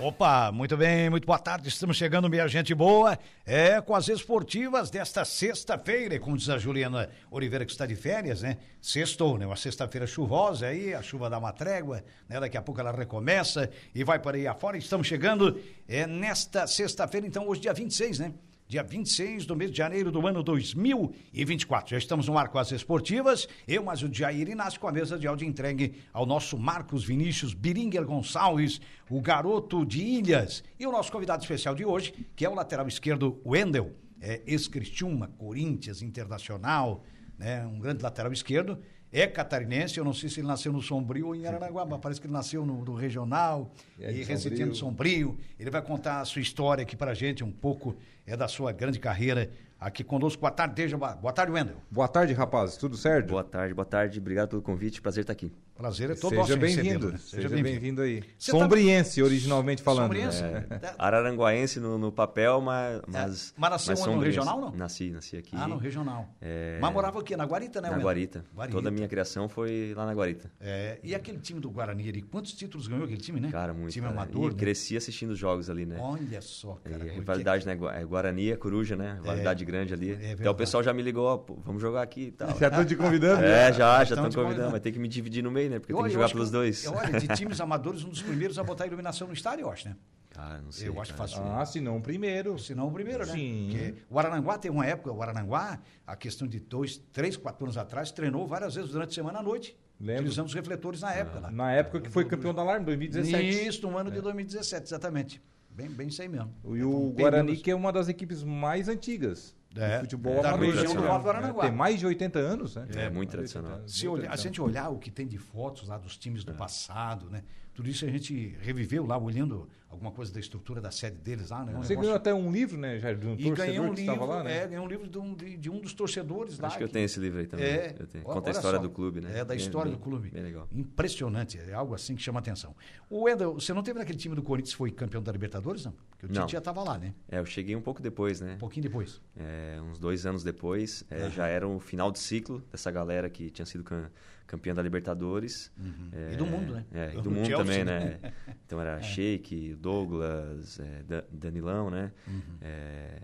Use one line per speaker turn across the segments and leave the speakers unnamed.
Opa, muito bem, muito boa tarde. Estamos chegando, minha gente boa. É, com as esportivas desta sexta-feira, e como diz a Juliana Oliveira, que está de férias, né? Sextou, né? Uma sexta-feira chuvosa aí, a chuva dá uma trégua, né? Daqui a pouco ela recomeça e vai para aí afora. Estamos chegando é, nesta sexta-feira, então, hoje, dia 26, né? dia 26 do mês de janeiro do ano 2024. Já estamos no Marco As Esportivas, eu mais o Jair Inácio com a mesa de áudio entregue ao nosso Marcos Vinícius Biringer Gonçalves, o garoto de Ilhas, e o nosso convidado especial de hoje, que é o lateral esquerdo Wendel, é, ex-Cristiúma, Corinthians, Internacional, né, um grande lateral esquerdo, é catarinense, eu não sei se ele nasceu no Sombrio ou em Aranaguá, mas parece que ele nasceu no, no Regional
É, de
e residente no Sombrio. Ele vai contar a sua história aqui pra gente, um pouco é da sua grande carreira aqui conosco. Boa tarde, Deja. Ba- Boa tarde, Wendel.
Boa tarde, rapazes. Tudo certo?
Boa tarde, boa tarde. Obrigado pelo convite. Prazer estar aqui.
Prazer é todo nosso
Seja
em recebê-lo,
bem-vindo.
né?
Seja bem-vindo aí.
Você tá-
Sombriense, originalmente falando.
Sombriense?
né?
é,
Tá-
Araranguaense no, no papel, mas. Mas,
É, mas nasceu no
sombriense.
regional, não?
Nasci, nasci aqui.
Ah, no regional.
É.
Mas morava aqui, na Guarita, né,
Na
Wendel?
Guarita. Toda a minha criação foi lá na Guarita.
É, e aquele time do Guarani ali, quantos títulos ganhou aquele time, né?
Cara, muito.
Time
cara.
amador,
e
né?
cresci assistindo os jogos ali, né?
Olha só,
E
cara.
a
porque- É,
rivalidade, né? Gua- é Guarani, é Coruja, né? Rivalidade grande ali. Até o
verdade. tá
pessoal já me ligou, ó, pô, vamos jogar aqui e tal.
Já estão te convidando?
É, já,
Estão
já estão
te
convidando,
convidando.
mas tem que me dividir no meio, né? Porque
Então Eu-
tem
eu
que jogar
acho
pelos
eu-
dois.
eu- olha, de times amadores, um dos primeiros a botar iluminação no estádio, eu acho, né?
Cara, não sei.
eu acho
cara.
fácil.
Ah, se não, o primeiro.
Se não o primeiro, né?
Sim.
Porque o Arananguá tem uma época, o Arananguá, a questão de dois, três, quatro anos atrás, treinou várias vezes durante a semana à noite.
Lembro. Ah.
Utilizando os refletores na época lá.
Na época que foi campeão da Alarme, 2017.
Isso, no ano de 2017, exatamente. Bem, bem isso aí mesmo.
É. E
Então,
o
tem
Guarani,
menos-
que é uma das equipes mais antigas
É,
do futebol
da
amador.
região do
né?
Alto Paranaguá.
Tem mais de 80 anos, né?
É, muito tradicional.
Se,
Muito É.
olhar, se a gente olhar o que tem de fotos lá dos times do passado, né? Tudo isso a gente reviveu lá, olhando alguma coisa da estrutura da sede deles lá, né? Um
Você
negócio-
ganhou até um livro, né, Jair? De um
E
torcedor
ganhei um
que estava
livro,
lá, né?
é, ganhei um livro de um, de- de um dos torcedores lá.
Acho que eu
que-
tenho esse livro aí também.
É.
Eu tenho.
Olha-
Conta a
olha
história
só.
do clube, né?
É, da
Bem-
história
bem-
do clube.
Bem legal.
Impressionante, é algo assim que chama atenção. O Wendel, você não teve naquele time do Corinthians que foi campeão da Libertadores, não? Porque o
Não.
Tite já estava lá, né?
É, eu cheguei um pouco depois, né?
Um pouquinho depois.
É, uns dois anos depois, é, já era o final de ciclo dessa galera que tinha sido cam- campeã da Libertadores. É,
E do mundo, né?
É, e
O
do mundo
Chelsea,
também,
né?
né? Então era Sheik, Douglas, é, Da- Danilão, né? É,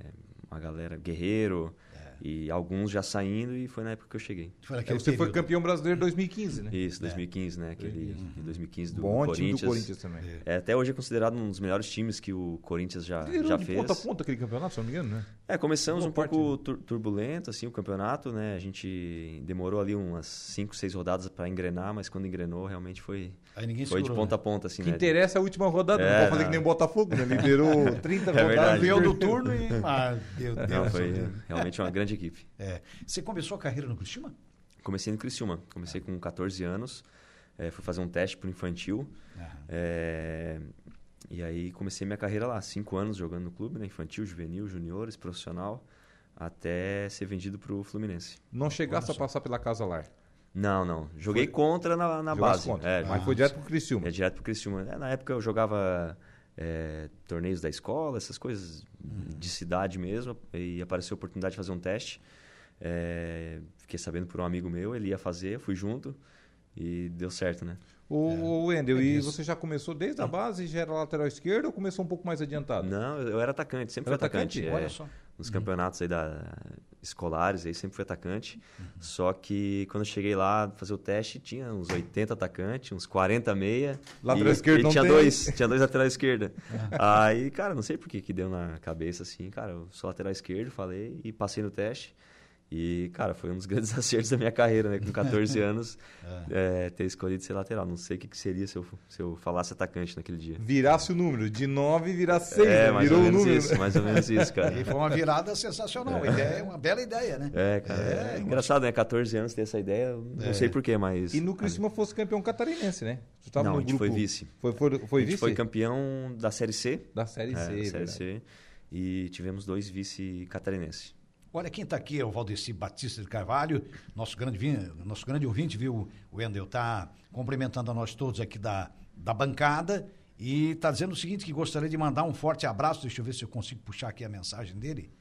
uma galera, Guerreiro, e alguns já saindo, e foi na época que eu cheguei.
Foi
É,
naquele
Você foi
período.
campeão brasileiro em 2015, né?
Isso, 2015, né? Aquele de 2015 do
Bom time
Corinthians.
do Corinthians também.
É, até hoje é considerado um dos melhores times que o Corinthians já,
Ele
já
de
fez.
ponta a ponta aquele campeonato, se eu não me engano, né?
É, começamos
Boa
um
parte,
pouco tur- turbulento, assim, o campeonato, né? A gente demorou ali umas 5, 6 rodadas para engrenar, mas quando engrenou, realmente foi,
Aí ninguém
foi de
segurou,
ponta
né?
a ponta, assim,
que
né?
interessa é a última rodada,
É,
não pode fazer
não. É
que nem o Botafogo, né? Liderou 30 rodadas.
verdade.
Campeão
perdeu.
do turno e... Ah, meu Deus.
Não, foi
meu Deus.
realmente uma grande equipe.
É. Você começou a carreira no Criciúma?
Comecei no Criciúma, comecei com 14 anos, eh, fui fazer um teste pro infantil, eh, e aí comecei minha carreira lá, 5 anos jogando no clube, né? Infantil, juvenil, juniores, profissional, até ser vendido pro Fluminense.
Não chegasse a passar pela Casa Lar.
Não, não, joguei contra na, na
Jogasse
base.
contra. Ah,
É,
mas foi direto pro Criciúma.
É direto pro Criciúma. É, na época eu jogava é, torneios da escola, essas coisas de cidade mesmo, e apareceu a oportunidade de fazer um teste. É, fiquei sabendo por um amigo meu, ele ia fazer, eu fui junto e deu certo, né?
Ô, ô,
É
Wendel, e
isso.
você já começou desde a base, já era lateral esquerdo ou começou um pouco mais adiantado?
Não, eu eu era atacante, sempre fui
Era
atacante.
atacante?
é.
Olha só.
Nos campeonatos aí da escolares aí sempre fui atacante.
Uhum.
Só que quando eu cheguei lá fazer o teste, tinha uns 80 atacantes, uns 40 meia.
Lateral
e,
esquerdo
e
não
tinha
tem.
dois, tinha dois lateral esquerda. aí, cara, não sei por que que deu na cabeça assim, cara, eu sou lateral esquerdo, falei e passei no teste. E, cara, foi um dos grandes acertos da minha carreira, né? Com 14 anos,
É.
eh, ter escolhido ser lateral. Não sei o que, que seria se eu, se eu falasse atacante naquele dia.
Virasse o número, de 9 virar 6,
é,
né?
mais
virou
ou
o
menos
número.
isso,
né?
mais ou menos isso, cara.
E foi uma virada sensacional. É uma bela ideia, né?
É, cara. É, engraçado, né? 14 anos ter essa ideia, eu não sei porquê, mas.
É. E no Criciúma fosse campeão catarinense, né? Tu
Não,
no
a gente
grupo-
foi vice.
Foi, foi, foi
a gente
vice?
foi campeão da Série C.
Da Série
É,
C,
da Série
verdade.
C. E tivemos dois vice-catarinense.
Olha, quem está aqui é o Valdeci Batista de Carvalho, nosso grande, vin- Tá nosso grande ouvinte, viu? O Wendel está cumprimentando a nós todos aqui da, da bancada E tá dizendo o seguinte, que gostaria de mandar um forte abraço, deixa eu ver se eu consigo puxar aqui a mensagem dele.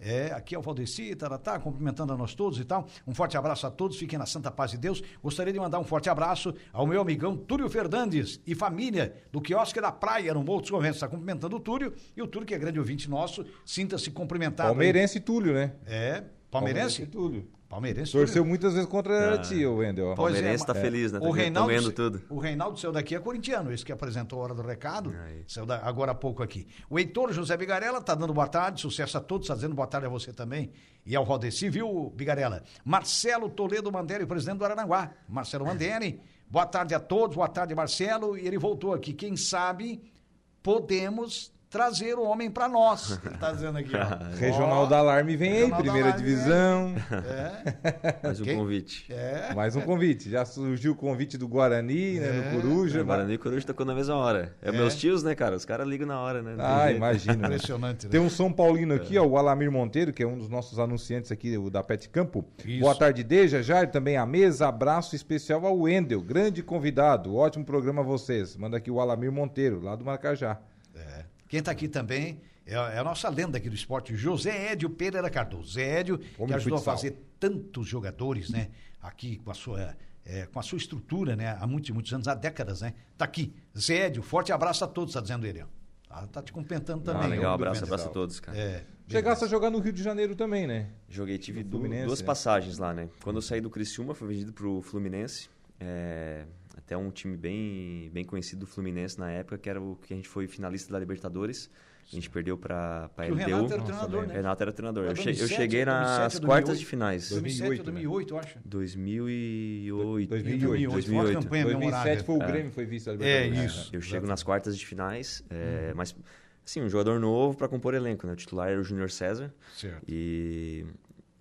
É, aqui é o Valdeci, taratá, cumprimentando a nós todos e tal. Um forte abraço a todos, fiquem na santa paz de Deus. Gostaria de mandar um forte abraço ao meu amigão Túlio Fernandes e família do quiosque da praia no Morro dos Conventos. Está cumprimentando o Túlio e o Túlio, que é grande ouvinte nosso, sinta-se cumprimentado. aí.
Tá, Palmeirense e Túlio, né?
É,
e
palmeirense?
Túlio.
Palmeirense.
Torceu
Túlio.
muitas vezes contra
Ah.
ti, ô Wendel.
Pô, Palmeirense
mas-
tá feliz, né?
O
Tá
Reinaldo,
vendo tudo.
O Reinaldo saiu daqui é corintiano, esse que apresentou a hora do recado.
Aí.
Saiu da- agora há pouco aqui. O Heitor José Bigarella tá dando boa tarde, sucesso a todos, tá dizendo boa tarde a você também e ao Valdeci, viu, Bigarella? Marcelo Toledo Manderi, presidente do Araranguá. Marcelo Manderi, boa tarde a todos, boa tarde, Marcelo. E ele voltou aqui, quem sabe podemos trazer o homem para nós. Ele tá dizendo aqui, ó.
Regional da Alarme vem aí,
Regional da
primeira
né?
Alarme,
divisão.
É,
Mais um
Quem?
convite.
é.
Mais um convite. Já surgiu o convite do Guarani, né?
É,
No Coruja.
Agora nem o Coruja tocou na mesma hora. É, meus tios, né, cara? Os caras ligam na hora, né? Não tem
Ah,
jeito.
imagina. né?
Impressionante, né?
Tem um São Paulino aqui, ó, o Alamir Monteiro, que é um dos nossos anunciantes aqui, o da Pet Campo.
Isso.
Boa tarde, Deja, Jair, também a mesa. Abraço especial ao Wendel, grande convidado. Ótimo programa a vocês. Manda aqui o Alamir Monteiro, lá do Maracajá.
É. Quem está aqui também é, é a nossa lenda aqui do esporte, José Édio Pereira Cardoso. Zé Édio, que
Homem de
ajudou a
futsal.
fazer tantos jogadores, né? Aqui com a sua. é, com a sua estrutura, né? Há muitos e muitos anos, há décadas, né? Tá aqui. Zé Édio, forte abraço a todos, tá dizendo ele. ó. Ah, tá te cumprimentando também.
Ah, legal,
ó,
abraço,
Pedro.
abraço a todos, cara.
É,
Chegasse a jogar no Rio de Janeiro também, né?
Joguei, tive
Do
du-
Fluminense,
duas
é.
né?
passagens lá, né? Quando eu saí do Criciúma, fui vendido pro Fluminense. é, até um time bem, bem conhecido do Fluminense na época, que era o que a gente foi finalista da Libertadores. A gente perdeu pra, pra
Que o
LDU.
Renato era o treinador, né?
É, Renato era o treinador.
Era
Eu, che- eu
2007,
cheguei
2007,
nas
2008.
quartas de finais.
2007,
2008,
2008, eu acho.
2008.
2008.
2008. campanha
2007
memorável.
foi o Grêmio, foi vice da
É,
Libertadores.
isso.
Eu chego nas quartas de finais, é,
Uhum.
mas assim, um jogador novo para compor elenco, né? O titular era o Júnior César
Certo.
e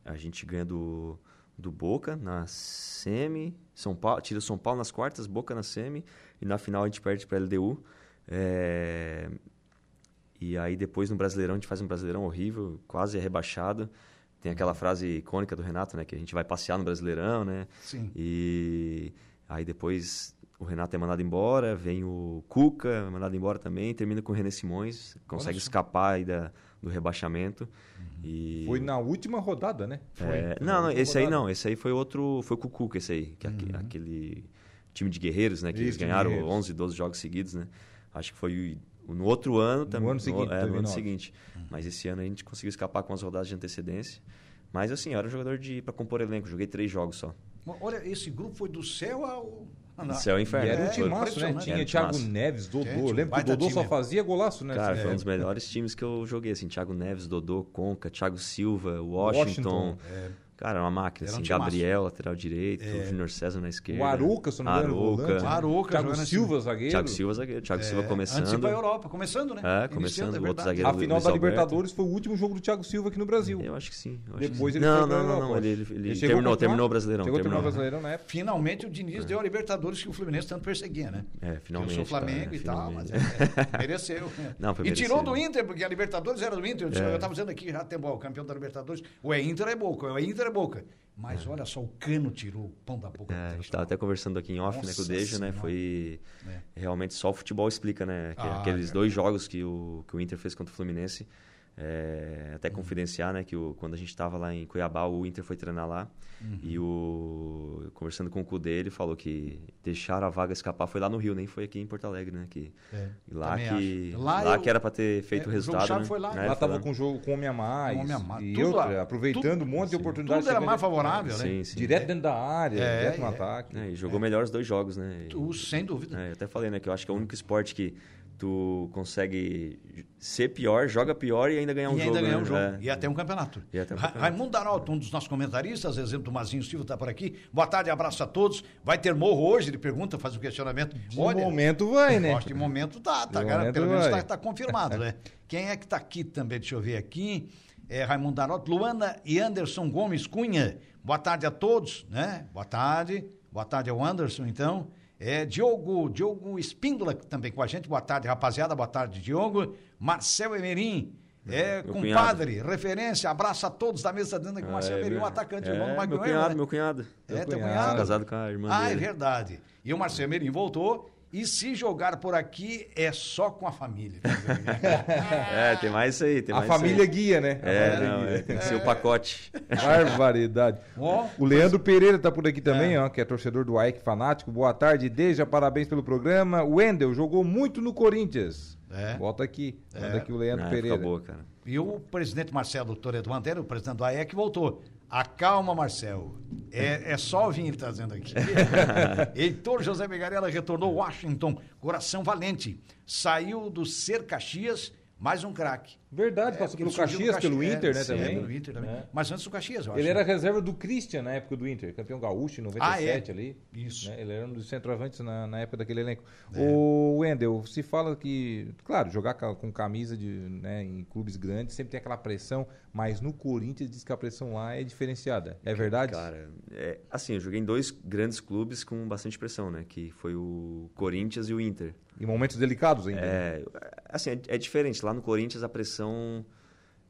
a gente ganha do, do Boca na semi, São Paulo, tira o São Paulo nas quartas, Boca na semi e na final a gente perde para LDU. É, e aí depois no Brasileirão a gente faz um Brasileirão horrível, quase é rebaixado. Tem aquela frase icônica do Renato, né, que a gente vai passear no Brasileirão, né?
Sim.
E aí depois o Renato é mandado embora, vem o Cuca, é mandado embora também, termina com o René Simões, consegue escapar aí da, do rebaixamento. E...
Uhum. Foi na última rodada, né?
É,
Foi.
não, não,
Última
esse aí
rodada.
não, esse aí foi outro, foi com o Cuca esse aí, que é aque- aquele time de guerreiros, né, que eles
Isso, de
ganharam
guerreiros.
11, 12 jogos seguidos, né? Acho que foi o- no outro ano também.
ano seguinte,
é, no ano
2009.
seguinte.
Uhum.
Mas esse ano a gente conseguiu escapar com as rodadas de antecedência. Mas assim, eu era um jogador de para compor elenco, joguei três jogos só.
Olha, esse grupo foi do céu ao.
Do céu ao inferno.
E era um
É,
timaço, né?
impressionante.
Tinha
Era um
Thiago
timaço.
Neves, Dodô.
Gente, um
Lembro que o
baita
Dodô só
time.
fazia golaço, né?
Cara, foi um
É.
dos melhores times que eu joguei, assim. Thiago Neves, Dodô, Conca, Thiago Silva, Washington.
Washington, é.
Cara, uma máquina,
Era um
assim.
timaço.
Gabriel, lateral direito, Júnior César na esquerda.
O Arouca, se eu não me engano, era o
Arouca.
volante. né?
O Arouca
Thiago
jogando assim.
Silva, zagueiro. É.
Thiago Silva, zagueiro. Thiago
Antes
Silva
de ir pra
começando.
Europa, começando, né?
É,
Iniciando,
começando,
é
outro
verdade.
zagueiro.
A final
Luiz
da
Alberto.
Libertadores foi o último jogo do Thiago Silva aqui no Brasil.
Eu acho que sim. eu acho que
Depois
sim.
ele
não,
foi pra
não, não,
Europa.
não. Ele, ele
chegou a
terminou,
continuar?
terminou o Brasileirão.
Chegou a terminar
terminou.
o Brasileirão na época.
Finalmente o Diniz deu a Libertadores que o Fluminense tanto perseguia, né?
É, finalmente,
Eu sou Flamengo
cara,
e tal, mas
finalmente.
é, é, mereceu. né?
Não, foi É.
e tirou do
merecido.
Inter, porque a Libertadores era do Inter. Eu disse, Eu estava dizendo aqui já tem bola, campeão da Libertadores. Ou é Inter ou é Boca, ou é Inter ou é Boca. Mas olha só, o Cano tirou o pão da boca. do
É, a gente
Internacional.
tava até conversando aqui em off, né, com o
Nossa
Deja, né?
Senhora.
Foi.
É.
Realmente só o futebol explica, né? que-
Ah,
aqueles
cara.
dois jogos que o, que o Inter fez contra o Fluminense. é,
Uhum.
até confidenciar, né? Que o- quando a gente estava lá em Cuiabá, o Inter foi treinar lá.
Uhum.
E o. Conversando com o Cudê, ele falou que deixaram a vaga escapar. Foi lá no Rio, nem foi aqui em Porto Alegre, né? Que,
É,
e lá
também
que,
acho.
lá,
Lá eu-
que era para ter feito
é,
o
o jogo
resultado.
chave
né?
foi lá.
É,
Ela
Lá
foi
tava com o jogo com homem a mais.
Com homem a mais.
E
Tudo
outra,
a-
aproveitando um monte de oportunidades.
Tudo era
chegando-
mais favorável, né?
Sim, sim.
Direto dentro da área,
É,
direto no
é.
ataque.
É, e jogou melhor os dois jogos, né? E-
Tu, sem dúvida.
É, eu até falei, né? Que eu acho que é o único esporte que tu consegue j- ser pior, joga pior e ainda ganhar um
e
jogo.
ainda ganhou
né?
um jogo.
É.
E até um campeonato.
E até um
Ra-
campeonato.
Raimundo Daralto, um dos nossos comentaristas, exemplo do Mazinho Silva, está por aqui. Boa tarde, abraço a todos. Vai ter morro hoje? Ele pergunta, faz o questionamento.
De
Olha,
momento vai, né?
Gosto de momento tá, tá,
De
cara,
momento
pelo menos
vai.
está confirmado, né? Quem é que está aqui também? Deixa eu ver aqui. É Raimundo Darot, Luana e Anderson Gomes Cunha. Boa tarde a todos, né? Boa tarde. Boa tarde ao Anderson, então. É, Diogo, Diogo Espíndola também com a gente. Boa tarde, rapaziada. Boa tarde, Diogo. Marcel Emerim. É,
meu
compadre, referência, abraço a todos da mesa dentro com o Marcel Emerim, um atacante,
é,
irmão do Magno
meu cunhado, meu cunhado.
É, teu
cunhado.
cunhado.
Casado com a irmã
Ah, é
dele.
verdade. E o Marcelo Merim voltou E se jogar por aqui é só com a família. quer dizer, né?
É, tem mais isso aí. Tem
A
mais isso
família
aí.
guia, né? A
É,
família
não,
guia.
é, tem que ser o pacote.
Barbaridade.
Ó,
o Leandro Pereira tá por aqui também, ó, que é torcedor do AEC Fanático. Boa tarde, Deja, parabéns pelo programa. O Wendel jogou muito no Corinthians.
É.
Volta aqui. Manda aqui o Leandro
Ah,
Pereira.
fica boa, cara.
E o presidente Marcelo Toredo Bandeira, o presidente do AEC, voltou. Acalma, Marcelo. É, é só o vinho ele trazendo aqui. Heitor José Megarela retornou Washington, coração valente. Saiu do Ser Caxias, mais um craque.
Verdade, passou
porque
pelo
ele surgiu
Caxias,
no
pelo
Caxi- é,
Inter, né,
sim,
também.
pelo Inter também.
É.
Mas antes do Caxias, eu acho.
Ele era
né?
reserva do Christian na época do Inter, campeão gaúcho em 97 ali.
Isso.
né? Ele era um dos centroavantes na, na época daquele elenco.
É.
O Wendel, se fala que, claro, jogar ca- com camisa de, né, em clubes grandes sempre tem aquela pressão, mas no Corinthians diz que a pressão lá é diferenciada. É verdade?
Cara, é, assim, eu joguei em dois grandes clubes com bastante pressão, né? Que foi o Corinthians e o Inter.
Em momentos delicados ainda. né?
É, assim, é, é diferente. Lá no Corinthians a pressão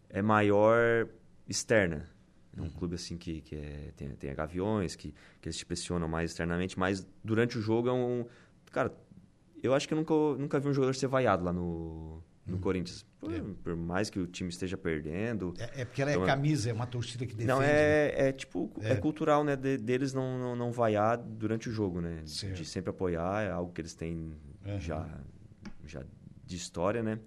é maior externa. É um clube assim que, que é- tem, tem gaviões, que, que eles te pressionam mais externamente, mas durante o jogo é um. Cara, eu acho que eu nunca, nunca vi um jogador ser vaiado lá no, no Corinthians. Por, por mais que o time esteja perdendo.
É, é porque ela é
Então, é-
camisa, é uma torcida que defende.
Não,
né?
é, é tipo, é, cultural, né? de- deles não, não, não vaiar durante o jogo, né? De-
Certo.
De sempre apoiar, é algo que eles têm
Aham.
já, já de história, né?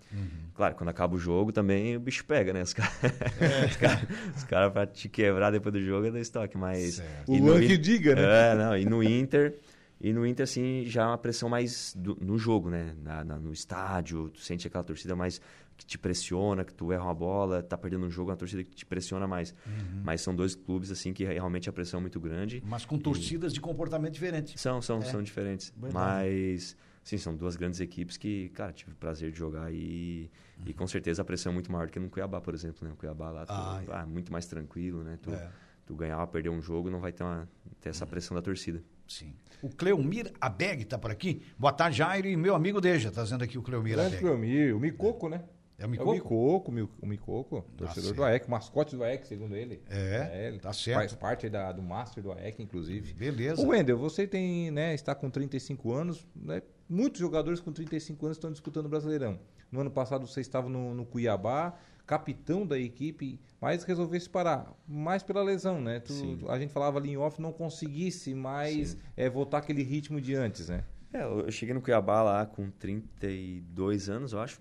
Claro, quando acaba o jogo também o bicho pega, né? Os caras os cara, os cara pra te quebrar depois do jogo é do estoque, mas...
Certo.
O
no
Luan
In-
que diga, né?
É, não, e no Inter... E no Inter, assim, já é uma pressão mais do- no jogo, né? Na- na- no estádio, tu sente aquela torcida mais que te pressiona, que tu erra uma bola, tá perdendo um jogo, é uma torcida que te pressiona mais. Mas são dois clubes, assim, que realmente a pressão é muito grande.
Uhum. Mas com torcidas de comportamento diferente.
São, são, são diferentes.
Verdade.
Mas, sim, são duas grandes equipes que, cara, tive o prazer de jogar e,
Uhum.
e com certeza a pressão é muito maior do que no Cuiabá, por exemplo, né? O Cuiabá lá, tu,
Ah,
ah,
é.
muito mais tranquilo, né? Tu,
É.
tu ganhar ou perder um jogo não vai ter, uma, ter essa pressão da torcida.
Sim. O Cleomir Abeg está por aqui. Boa tarde, Jairo. E meu amigo Deja, trazendo aqui o Cleomir
Grande
Abeg.
Cleomir, o Micoco, né?
É o Micoco?
É o Micoco, Mi- o Micoco, torcedor
certo.
do AEC, mascote do AEC, segundo ele.
É,
ele
tá certo.
Faz parte aí da, do Master do AEC, inclusive.
Beleza.
Ô, Wendel, você tem, né, está com 35 anos, né? Muitos jogadores com 35 anos estão disputando o Brasileirão. No ano passado você estava no, no Cuiabá, capitão da equipe, mas resolvesse parar, mais pela lesão, né? Tu-
Sim.
a gente falava ali em off, não conseguisse mais é, voltar aquele ritmo de antes, né?
É, eu eu cheguei no Cuiabá lá com 32 anos, eu acho,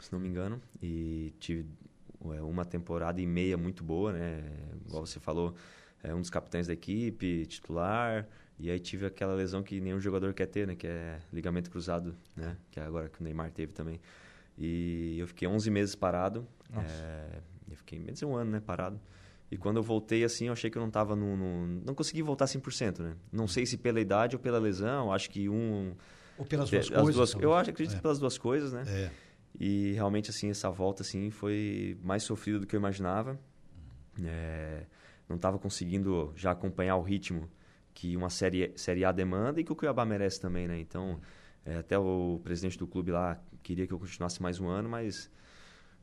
se não me engano, e tive ué, uma temporada e meia muito boa, né? Igual você falou, é um dos capitães da equipe, titular, e aí tive aquela lesão que nenhum jogador quer ter, né? Que é ligamento cruzado, né? Que é agora que o Neymar teve também. E eu fiquei 11 meses parado, é, eu fiquei menos de um ano, né? Parado. E quando eu voltei, assim, eu achei que eu não tava no... no- não consegui voltar 100%, né? Não sei se pela idade ou pela lesão, acho que um...
Ou pelas
Te-
duas
as
coisas.
duas-
talvez.
eu acho, acredito que pelas duas coisas, né?
É.
E realmente, assim, essa volta assim, foi mais sofrida do que eu imaginava. É, não estava conseguindo já acompanhar o ritmo que uma série, série A demanda e que o Cuiabá merece também, né? Então, é, até o presidente do clube lá queria que eu continuasse mais um ano, mas,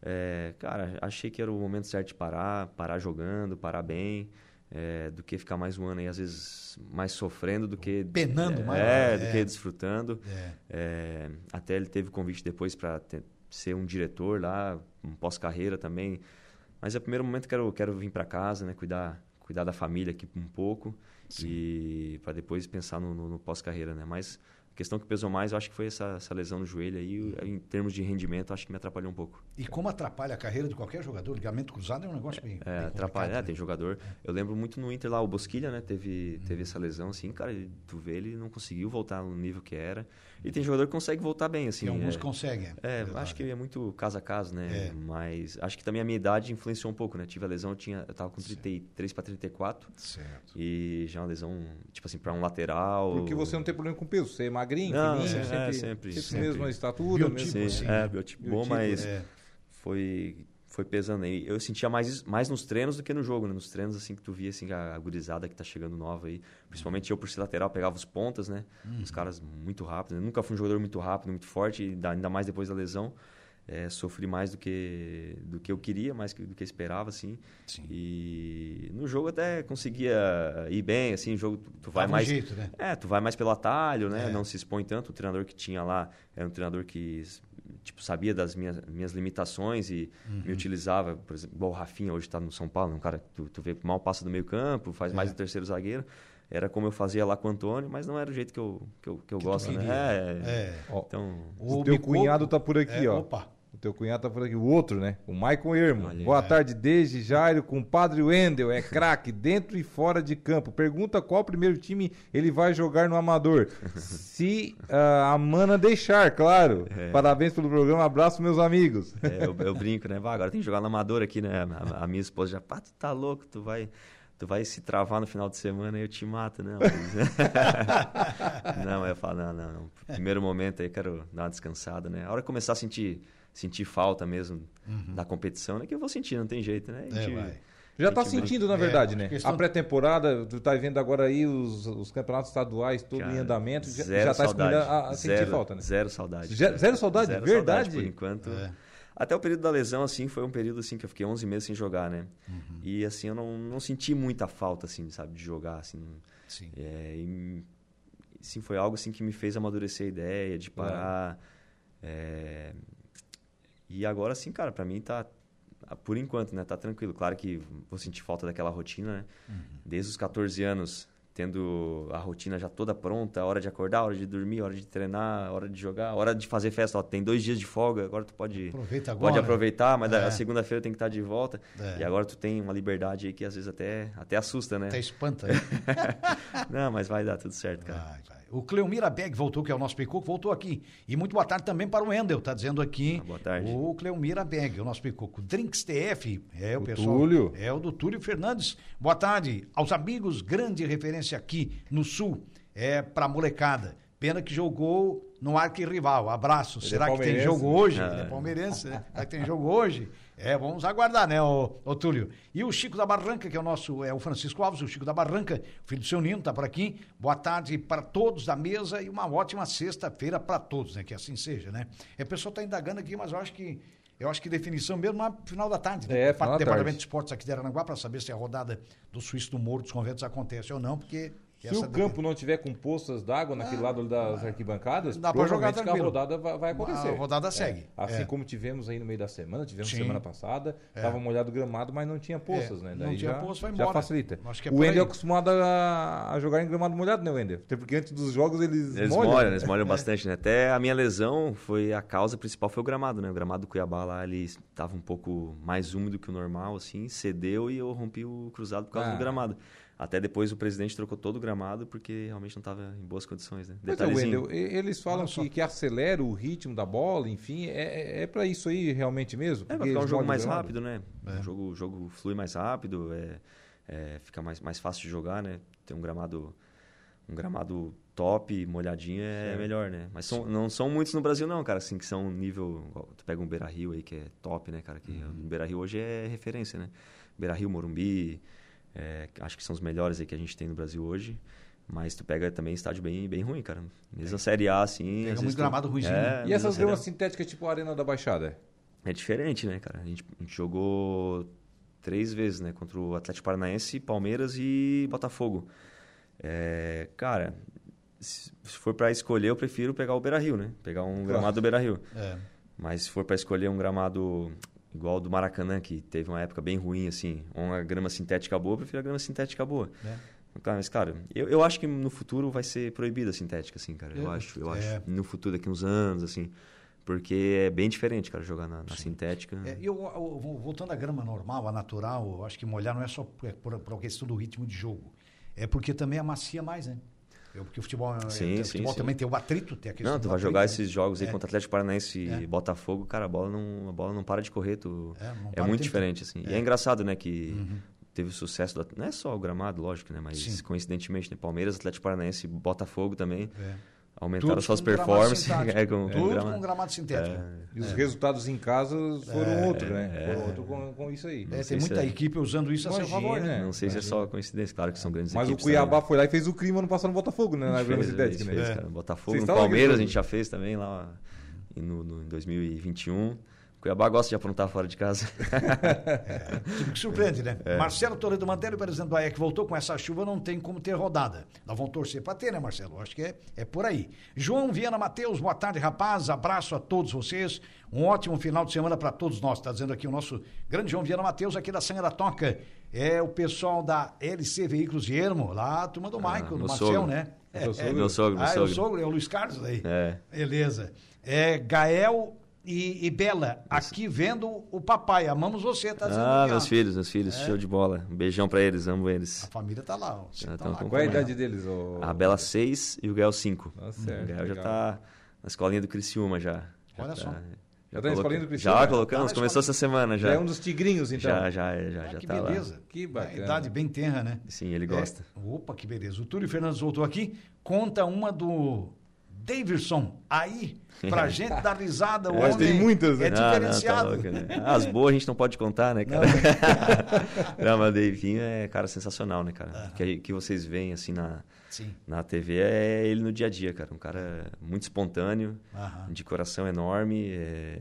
é, cara, achei que era o momento certo de parar, parar jogando, parar bem, é, do que ficar mais um ano aí, às vezes, mais sofrendo do que...
Penando
é,
mais.
É,
É.
do que desfrutando.
É.
É, até ele teve convite depois para ser um diretor lá, um pós-carreira também. Mas é o primeiro momento que eu quero, quero vir para casa, né? Cuidar, cuidar da família aqui um pouco e para depois pensar no, no- no pós-carreira, né? Mas a questão que pesou mais, eu acho que foi essa, essa lesão no joelho
Hum.
aí. Em termos de rendimento, acho que me atrapalhou um pouco.
E como atrapalha a carreira de qualquer jogador, ligamento cruzado é um negócio bem.
É,
bem
atrapalha,
complicado, né? É.
tem jogador. Eu lembro muito no Inter lá, o Bosquilha, né? Teve,
Hum.
teve essa lesão, assim, cara, ele, tu vê, ele não conseguiu voltar no nível que era. E tem jogador que consegue voltar bem, assim.
E alguns
é.
conseguem.
É,
verdade.
acho que é muito caso a caso, né?
É.
Mas acho que também a minha idade influenciou um pouco, né? Tive a lesão, eu, tinha, eu tava com 33 para 34
Certo.
e já uma lesão, tipo assim, para um lateral.
Porque você um não tem problema com peso, você é magrinho,
Não,
fininho,
é,
sempre,
é,
sempre,
sempre,
sempre.
mesmo a estatura,
Biotipo,
mesmo.
Sim,
assim, né?
é, biotipo bom,
tipo, Biotipo,
mas
é.
foi, foi pesando aí. Eu sentia mais, isso- mais nos treinos do que no jogo, né? Nos treinos, assim, que tu via, assim, a a gurizada que tá chegando nova aí. Principalmente eu, por ser lateral, pegava os pontas,
Uhum.
né? Os caras muito rápidos. Eu nunca fui um jogador muito rápido, muito forte, e da- ainda mais depois da lesão. é, sofri mais do que do que eu queria, mais que- do que eu esperava, assim.
Sim.
E no jogo até conseguia ir bem, assim, jogo tu, tu vai
Dava um
mais
jeito, né?
é, tu vai mais pelo atalho, né?
É.
Não se expõe tanto. O treinador que tinha lá era um treinador que tipo sabia das minhas minhas limitações e me utilizava, por exemplo, igual o Rafinha hoje está no São Paulo, é um cara que tu, tu vê mal passa do meio campo, faz mais o terceiro zagueiro. Era como eu fazia lá com o Antônio, mas não era o jeito que eu que eu, que eu gosto, né?
queria.
É,
É.
Ó,
Então,
O teu
Bicudo-
cunhado tá por aqui,
É,
ó.
Opa.
O teu cunhado tá por aqui. O outro, né? O Maicon Irmo.
Olha aí.
Boa tarde, desde Jairo, compadre Wendel. É craque, dentro e fora de campo. Pergunta qual primeiro time ele vai jogar no Amador. Se ah, a Mana deixar, claro. Parabéns pelo programa. Abraço, meus amigos.
É, eu, eu brinco, né? "Bah, agora tem que jogar na amadora aqui, né? A, a minha esposa já, pá, tu tá louco, tu vai, tu vai se travar no final de semana e eu te mato, né? Mas- não, eu falo, não, não, não. Primeiro momento aí, quero dar uma descansada, né? A hora que começar a sentir, sentir falta mesmo da competição, né? Que eu vou sentir, não tem jeito, né? A
É,
gente-
vai.
Uhum. Já tá
a gente
sentindo, na
É,
verdade, né?
questão-
A pré-temporada, tu tá vendo agora aí os, os campeonatos estaduais, todo
Cara,
em andamento, já,
zero
já tá
saudade.
escolhendo a, a sentir
Zero-
falta, né?
Zero saudade.
Zero-
cara.
zero saudade?
Zero
Verdade?
por enquanto.
É.
Até o período da lesão, assim, foi um período, assim, que eu fiquei 11 meses sem jogar, né? E, assim, eu não, não senti muita falta, assim, sabe? De jogar, assim.
Sim.
É, e, sim, foi algo, assim, que me fez amadurecer a ideia de parar. É, e agora, assim, cara, pra mim tá... Por enquanto, né? Tá tranquilo. Claro que vou sentir falta daquela rotina, né? Desde os 14 anos, tendo a rotina já toda pronta, a hora de acordar, a hora de dormir, a hora de treinar, a hora de jogar, a hora de fazer festa. Ó, tem dois dias de folga, agora tu pode,
Aproveita agora.
pode aproveitar, mas
Tá É.
da segunda-feira tem que estar de volta.
É.
E agora tu tem uma liberdade aí que às vezes até, até assusta, né?
Até espanta. né?
Não, mas vai dar tudo certo, cara.
Vai, vai. O Cleomir Abeg voltou, que é o nosso picuco, voltou aqui. E muito boa tarde também para o Endel, tá dizendo aqui.
Ah, boa tarde.
O Cleomir Abeg, o nosso picuco. Drinks TF, é o,
O
pessoal.
Túlio.
É o do Túlio Fernandes. Boa tarde aos amigos, grande referência aqui no Sul, é pra molecada. Pena que jogou no arquirrival. Abraço.
é
Será que tem
palmeirense,
jogo
né?
hoje? Ele é palmeirense, né? Será que tem jogo hoje? É, vamos aguardar, né, ô, ô Túlio? E o Chico da Barranca, que é o nosso, é o Francisco Alves, o Chico da Barranca, filho do seu Nino, tá por aqui. Boa tarde para todos da mesa e uma ótima sexta-feira para todos, né? Que assim seja, né? E a pessoa tá indagando aqui, mas eu acho que eu acho que definição mesmo na final da tarde. né?
É,
Parte-
final da
Departamento
tarde.
de Esportes aqui de Aranaguá para saber se a rodada do Suíço do Morro dos Conventos acontece ou não, porque
Se o campo não tiver com poças d'água naquele lado ali das arquibancadas,
Ah, dá pra jogar
provavelmente que a
tranquilo.
rodada vai, vai acontecer.
A rodada segue.
Assim
É.
como tivemos aí no meio da semana, tivemos
Sim.
semana passada, estava molhado o gramado, mas não tinha poças,
É,
né?
não
Daí
tinha
já,
poço, vai
já
embora.
facilita.
Acho que é
o
por
Wender é
aí.
acostumado a, a jogar em gramado molhado, né, Wender? Até porque antes dos jogos eles,
Eles molham,
molham. né?
eles molham bastante, né? Até a minha lesão foi a causa principal foi o gramado, né? O gramado do Cuiabá lá, ele estava um pouco mais úmido que o normal, assim, cedeu e eu rompi o cruzado por causa
Ah.
do gramado. Até depois o presidente trocou todo o gramado porque realmente não estava em boas condições, né?
Pois é,
Detalhezinho.
Wendel, e- eles falam
Olha só.
que, que acelera o ritmo da bola, enfim, é, é para isso aí realmente mesmo?
É, vai
Porque
ficar um
eles
jogo
molham o
mais
gramado?
rápido, né?
É.
O, jogo, o jogo flui mais rápido, é, é, fica mais, mais fácil de jogar, né? Tem um gramado, um gramado top, molhadinho é melhor, né? Mas são- não são muitos no Brasil, não, cara, assim, que são nível. ó, Tu pega um Beira Rio aí, que é top, né, cara? Que
Uhum.
O Beira Rio hoje é referência, né? Beira Rio, Morumbi, é, acho que são os melhores aí que a gente tem no Brasil hoje. Mas tu pega também estádio bem, bem ruim, cara. Mesmo a Série A, assim.
Pega
às
muito
vezes tu-
gramado ruimzinho, né?
É,
E
mesmo a
essas
Série A.
gramas sintéticas tipo a Arena da Baixada?
É diferente, né, cara? A gente, a gente jogou três vezes, né? Contra o Atlético Paranaense, Palmeiras e Botafogo. É, cara, se se for pra escolher, eu prefiro pegar o Beira-Rio, né? Pegar um gramado do Beira-Rio.
É.
Mas se for pra escolher um gramado igual ao do Maracanã, que teve uma época bem ruim, assim, ou uma grama sintética boa, eu prefiro a grama sintética boa.
É.
Cara, mas, cara, eu, eu acho que no futuro vai ser proibida a sintética, assim, cara. Eu
É,
acho, eu
é.
acho. No futuro, daqui uns anos, assim. Porque é bem diferente, cara, jogar na, na sintética.
É, eu, eu- voltando à grama normal, à natural, eu acho que molhar não é só por, por, por questão do ritmo de jogo. É porque também amacia mais, né? Eu, porque o futebol, é-
Sim,
o
sim,
futebol
sim.
também tem o atrito, tem a questão
Não,
do
tu vai
atrito,
jogar
né?
esses jogos aí
É.
contra Atlético Paranaense
É.
e Botafogo, cara, a bola não, a bola não para de correr, tu...
É, não
é,
para o
muito
tempo
diferente, assim. E é engraçado, né, que teve o sucesso, do... At- não é só o gramado, lógico, né, mas
Uhum. Sim.
coincidentemente, né, Palmeiras, Atlético Paranaense, Botafogo também,
É.
aumentaram
Tudo
suas
com um gramado
performances.
sintético.
é, com,
Tudo
grama- É,
com um gramado sintético. É,
E os resultados em casa foram outro, né? Foram outro com, com isso aí.
É,
Não
tem
sei se
muita
é-
equipe usando isso a seu
Imagina,
favor, né?
Não sei se é só coincidência, claro que são grandes
Mas o
equipes
Cuiabá
também.
foi lá e fez o crime ano passado no Botafogo, né? Na Grama
Fez, fez,
Sintética, né?
É.
fez, cara. Botafogo,
Vocês
no
estavam aqui,
Palmeiras a
né?
gente já fez também lá, e no, no, em 2021. Cuiabá gosta de aprontar fora de casa.
Time que surpreende, né?
É.
Marcelo Toledo Mantelli, presidente do AEC, voltou com essa chuva, não tem como ter rodada. Nós vamos torcer para ter, né, Marcelo? Acho que é, é por aí. João Viana Matheus, boa tarde, rapaz. Abraço a todos vocês. Um ótimo final de semana para todos nós. Está dizendo aqui o nosso grande João Viana Matheus, aqui da Sanha da Toca. É o pessoal da LC Veículos de Ermo, lá a turma do
Ah,
Michael, do
meu
Marcel,
sogro.
né?
É, meu
É meu sogro, meu
ah, é o
sogro.
sogro, é o Luiz Carlos aí.
É.
Beleza. É, Gael e, e Bela, aqui vendo o papai. Amamos você, tá dizendo
Ah,
aqui, ó.
meus filhos, meus filhos, show de bola. Um beijão pra eles, amo
A
eles.
família tá lá, ó. Você
Já
tá
tão
lá
com
Qual é a
acompanhando.
idade deles? ô-
A Bela 6 e o Gael 5.
Tá certo,
o Gael já
legal.
tá na escolinha do Criciúma já. Já
Olha
tá-
só.
Já,
tá na escolinha do Criciúma?
Já
Tá
colocamos,
na
começou essa semana já.
Já é um dos tigrinhos, então.
Já, já, é, já,
Ah,
já
que
tá lá.
beleza.
Que bacana.
A idade bem tenra, né?
Sim, ele gosta.
É, Opa, que beleza. O Túlio Fernandes voltou aqui. Conta uma do Davidson aí pra gente dar risada. O
Mas
homem
tem muitas, né?
É
Não, não, tá
diferenciado.
louco, né? As boas a gente não pode contar, né, cara? Não, mas o Deivinho é, cara, sensacional, né, cara? Que, que vocês veem, assim, na,
Sim.
na TV é ele no dia a dia, cara. Um cara muito espontâneo,
Aham.
Ah. de coração enorme é,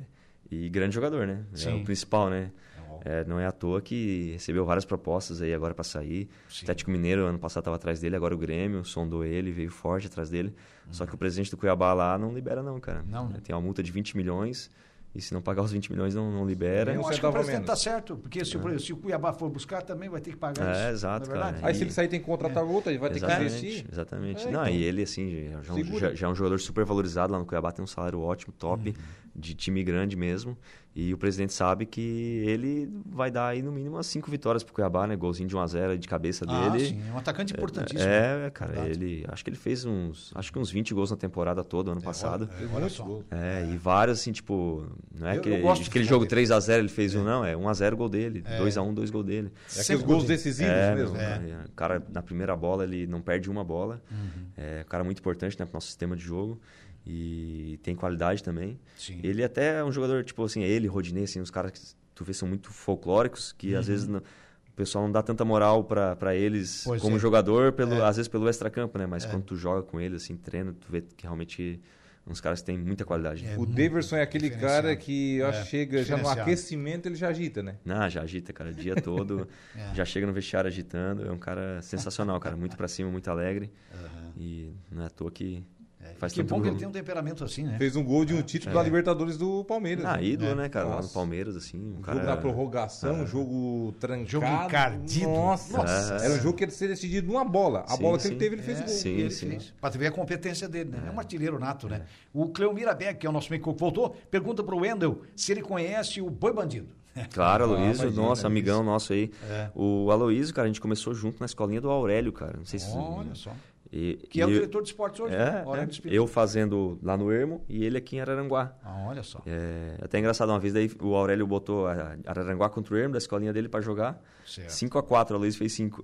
e grande jogador, né? É
Sim.
o principal, né?
É óbvio.
É, não é à toa que recebeu várias propostas aí agora para sair.
Sim.
O Atlético Mineiro, ano passado, estava atrás dele, agora o Grêmio sondou ele, veio forte atrás dele. Só que o presidente do Cuiabá lá não libera, não, cara.
Uhum. Não, né?
Tem uma multa de 20 milhões e se não pagar os 20 milhões, não, não libera.
Eu
Um
acho que o
centavo a
presidente
menos.
tá certo, porque se, o, se o Cuiabá for buscar, também vai ter que pagar
É,
isso.
exato,
não é verdade?
cara.
Aí se ele sair tem que contratar outro, ele vai ter que
É. exatamente,
investir.
Exatamente.
É,
não,
então.
e ele, assim, já- já, é um-
Segura. Uhum.
já- já é um jogador super valorizado lá no Cuiabá, tem um salário ótimo, top, de time grande mesmo. E o presidente sabe que ele vai dar aí no mínimo umas cinco vitórias pro Cuiabá, né? Golzinho de 1 a 0 aí de cabeça
Ah,
dele.
sim, é um atacante importantíssimo.
É, é, cara,
Verdade.
ele. Acho que ele fez uns. Acho que uns 20 gols na temporada toda, ano passado.
É, olha
Muitos
só.
gols.
É, e vários, assim, tipo. Não é
Eu-
aquele,
eu gosto do
aquele
futebol
jogo
dele.
3x0 ele fez um, não. É 1x0 gol dele. 2x1, 2 gol dele.
É aqueles
Sempre
gols
gostei.
decisivos
É,
mesmo. né?
meu, cara, O cara, na primeira bola, ele não perde uma bola.
Uhum.
É um cara muito importante né, para nosso sistema de jogo. E tem qualidade também.
Sim.
Ele até é um jogador, tipo assim, ele, Rodinei, assim, uns caras que tu vê são muito folclóricos, que
Uhum.
às vezes não- o pessoal não dá tanta moral para eles
Pois
como
é.
jogador, pelo, às vezes pelo extracampo, né? Mas quando tu joga com ele, assim, treina, tu vê que realmente uns caras que têm muita qualidade.
É.
É.
O Daverson é aquele
diferenciado.
cara que ó,
É,
chega já no
diferenciado.
aquecimento, ele já agita, né?
Não, já agita, cara, o dia todo.
É.
Já chega no vestiário agitando. É um cara sensacional, cara. Muito pra cima, muito alegre.
Aham.
E não é à toa que
É,
faz
que
tanto
bom que
gol.
ele tem um temperamento assim, né?
Fez um gol de um título da Libertadores do Palmeiras.
É. Ah,
né?
ídolo, né, cara? Lá no
Nossa.
Palmeiras, assim. Um
Jogo
cara...
na prorrogação, jogo trancado.
Jogo encardido.
Nossa.
Nossa.
Era um jogo que ele ser decidido numa bola. A
Sim,
bola que
sim.
ele teve, ele
É,
fez o gol.
sim.
e ele fez. Pra tu ver a competência dele, né? É, um artilheiro nato, né? O Cleomira Beck, que é o nosso meio que voltou, pergunta pro Wendel se ele conhece o Boi Bandido.
Claro, Aloysio,
imagina,
nosso amigão nosso aí.
Ah, É.
O Aloysio, cara, a gente começou junto na escolinha do Aurélio, cara. Não sei se.
Olha só.
E-
Que é o
e-
diretor de esportes hoje. né?
É,
Hora
é.
de espírito.
eu fazendo lá no Ermo e ele aqui em Araranguá.
Ah, olha só.
É, até engraçado, uma vez daí o Aurélio botou a Araranguá contra o Ermo da escolinha dele pra jogar.
Certo.
5x4, a Luiz fez 5.